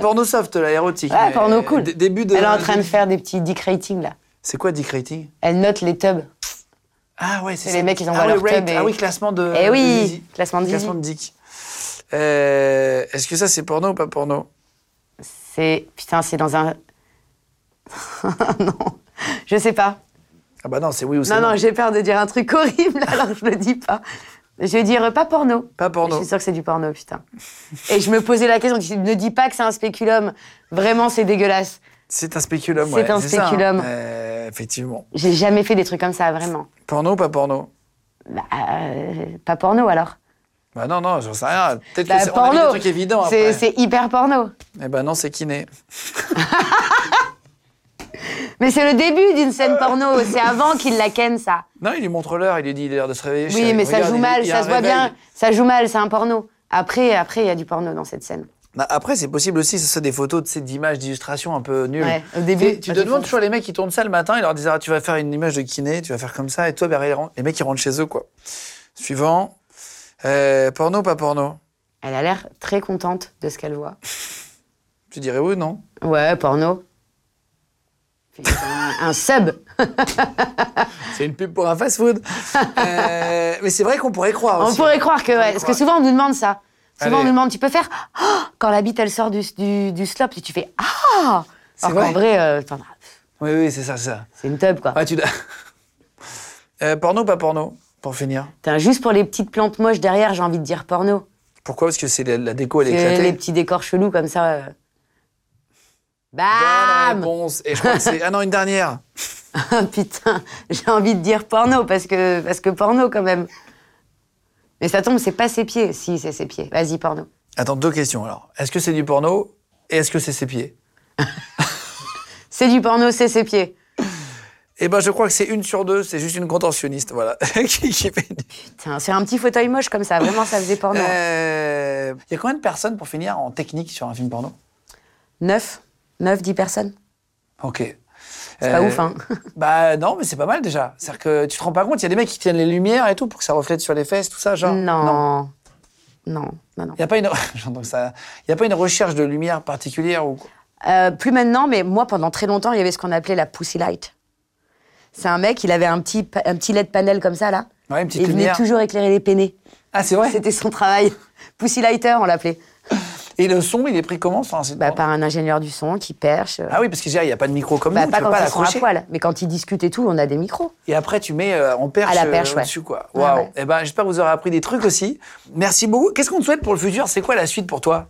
S1: porno soft, là, érotique.
S4: Ouais,
S1: mais-
S4: porno cool.
S1: D- Début de.
S4: Elle est en train de faire des petits dick ratings là.
S1: C'est quoi Dick Rating
S4: Elle note les tubs.
S1: Ah ouais, c'est
S4: C'est les
S1: ça.
S4: mecs, ils envoient
S1: ah, ouais,
S4: leur tub
S1: rate.
S4: et-
S1: Ah oui, classement de.
S4: Eh
S1: de
S4: oui,
S1: Zizi.
S4: classement de Zizi.
S1: Classement de Dick. Euh, Est-ce que ça, c'est porno ou pas porno
S4: C'est. Putain, c'est dans un. non, je sais pas.
S1: Ah bah non, c'est oui ou c'est
S4: Non,
S1: non.
S4: non, j'ai peur de dire un truc horrible alors que je le dis pas. Je vais dire euh, pas porno.
S1: Pas porno.
S4: Je suis sûre que c'est du porno, putain. Et je me posais la question, tu ne dis pas que c'est un spéculum. Vraiment, c'est dégueulasse.
S1: C'est un spéculum,
S4: C'est
S1: ouais,
S4: un
S1: ça, hein.
S4: spéculum.
S1: Euh, effectivement.
S4: J'ai jamais fait des trucs comme ça, vraiment.
S1: Porno ou pas porno
S4: Bah, euh, pas porno alors.
S1: Bah non, non, j'en sais rien. Peut-être
S4: Bah,
S1: que c'est on a mis
S4: porno.
S1: des trucs évidents
S4: C'est-
S1: après.
S4: C'est hyper porno.
S1: Eh ben non, c'est kiné.
S4: Mais c'est le début d'une scène porno.
S1: Euh.
S4: C'est avant qu'il la ken, ça.
S1: Non, il lui montre l'heure, il lui dit il a l'air de se réveiller.
S4: Oui,
S1: chérie.
S4: mais ça
S1: Regarde,
S4: joue
S1: il-
S4: mal,
S1: il y a
S4: ça
S1: un
S4: se voit
S1: réveil.
S4: bien. Ça joue mal, c'est un porno. Après, après, il y a du porno dans cette scène.
S1: Bah, après, c'est possible aussi, ce soit des photos de ces d'images, d'illustrations un peu nulles.
S4: Ouais, au début,
S1: Tu- Tu
S4: au
S1: te
S4: début.
S1: demandes toujours les mecs qui tournent ça le matin, ils leur disent ah, tu vas faire une image de kiné, tu vas faire comme ça, et toi, ben, ils rentrent- les mecs ils rentrent chez eux quoi. Suivant, Euh, porno pas porno
S4: Elle a l'air très contente de ce qu'elle voit.
S1: Tu dirais oui non
S4: Ouais, porno. Putain, un sub.
S1: C'est une pub pour un fast-food. Euh, mais c'est vrai qu'on pourrait croire
S4: On
S1: aussi.
S4: pourrait croire que ouais, parce que
S1: croire.
S4: souvent on nous demande ça. Souvent on
S1: Allez.
S4: nous demande, tu peux faire Ah quand la bite elle sort du du, du slop, et tu fais ah.
S1: C'est
S4: Alors qu'en
S1: vrai
S4: vrai, euh, t'en as-
S1: Oui oui c'est ça c'est ça.
S4: c'est une tub quoi.
S1: Ouais, tu dois- Euh, porno pas porno pour finir.
S4: Putain, juste pour les petites plantes moches derrière, j'ai envie de dire porno.
S1: Pourquoi parce que c'est la, la déco elle est
S4: Et
S1: éclatée.
S4: les petits décors chelous comme ça. euh.
S1: Bonne
S4: Bam.
S1: réponse. Et je crois que c'est ah non une dernière.
S4: Putain, j'ai envie de dire porno parce que parce que porno quand même. Mais ça tombe, c'est pas ses pieds. Si, c'est ses pieds. Vas-y, porno.
S1: Attends deux questions alors. Est-ce que c'est du porno et est-ce que c'est ses pieds
S4: C'est du porno, c'est ses pieds.
S1: Eh ben, je crois que c'est une sur deux, c'est juste une contentionniste, voilà, qui, qui fait du-
S4: Putain, c'est un petit fauteuil moche comme ça. Vraiment, ça faisait porno.
S1: Euh, Il y a combien de personnes pour finir en technique sur un film porno
S4: 9 9, 10 personnes.
S1: Ok. Euh,
S4: C'est pas ouf, hein.
S1: Bah non, mais c'est pas mal déjà. C'est-à-dire que tu te rends pas compte, il y a des mecs qui tiennent les lumières et tout pour que ça reflète sur les fesses, tout ça, genre.
S4: Non. Non, non, non.
S1: Il y a pas une, j'entends ça. Il y a pas une recherche de lumière particulière ou quoi
S4: Euh, plus maintenant, mais moi, pendant très longtemps, il y avait ce qu'on appelait la Pussy Light. C'est un mec, il avait un petit, pa- un petit LED panel comme ça, là.
S1: Ouais, une petite
S4: Et il venait
S1: lumière.
S4: toujours éclairer les peinés.
S1: Ah c'est vrai.
S4: C'était son travail. Pussy Lighter, on l'appelait.
S1: Et le son, il est pris comment sur un site
S4: Bah,
S1: porno
S4: par un ingénieur du son qui perche. euh,
S1: Ah oui, parce que je veux dire, il y a pas de micro comme
S4: bah,
S1: nous,
S4: pas
S1: tu peux
S4: quand
S1: pas
S4: ils sont à
S1: l'accrocher.
S4: poil, mais quand ils discutent et tout, on a des micros.
S1: Et après, tu mets euh, en perche,
S4: À la perche,
S1: euh,
S4: ouais.
S1: au-dessus, quoi.
S4: Ouais,
S1: Waouh.
S4: ouais.
S1: Eh ben, j'espère que vous aurez appris des trucs aussi. Merci beaucoup. Qu'est-ce qu'on te souhaite pour le futur C'est quoi la suite pour toi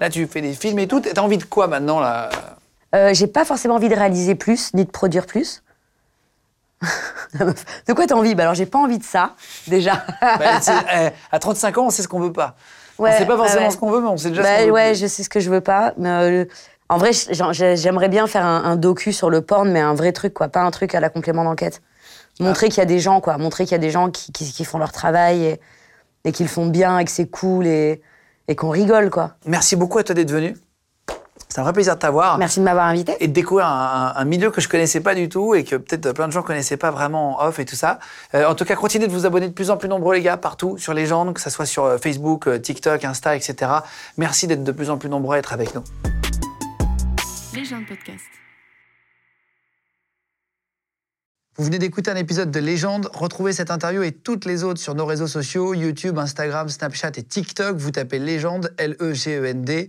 S1: Là, tu fais des films et tout. T'as envie de quoi maintenant, là
S4: Euh, J'ai pas forcément envie de réaliser plus, ni de produire plus. La meuf, de quoi t'as envie Bah alors j'ai pas envie de ça, déjà.
S1: Bah, tu sais, eh, À 35 ans, on sait ce qu'on veut pas.
S4: Ouais,
S1: on sait pas
S4: ouais,
S1: forcément
S4: ouais.
S1: ce qu'on veut, mais on sait déjà
S4: Bah,
S1: ce qu'on veut.
S4: ouais, je sais ce que je veux pas. Mais euh, en vrai, j'en- j'ai- j'aimerais bien faire un, un docu sur le porn, mais un vrai truc, quoi. Pas un truc à la complément d'enquête. Montrer qu'il y a des gens, quoi. Montrer qu'il y a des gens qui, qui, qui font leur travail et, et qu'ils le font bien et que c'est cool et, et qu'on rigole, quoi.
S1: Merci beaucoup à toi d'être venu. C'est un vrai plaisir de t'avoir.
S4: Merci de m'avoir invité.
S1: Et de découvrir un, un- un milieu que je connaissais pas du tout et que peut-être plein de gens connaissaient pas vraiment en off et tout ça. Euh, en tout cas, continuez de vous abonner de plus en plus nombreux, les gars, partout, sur Légende, que ce soit sur euh, Facebook, euh, TikTok, Insta, etc. Merci d'être de plus en plus nombreux à être avec nous.
S3: Légende Podcast.
S1: Vous venez d'écouter un épisode de Légende. Retrouvez cette interview et toutes les autres sur nos réseaux sociaux, YouTube, Instagram, Snapchat et TikTok. Vous tapez Légende, E L-E-G-E-N-D.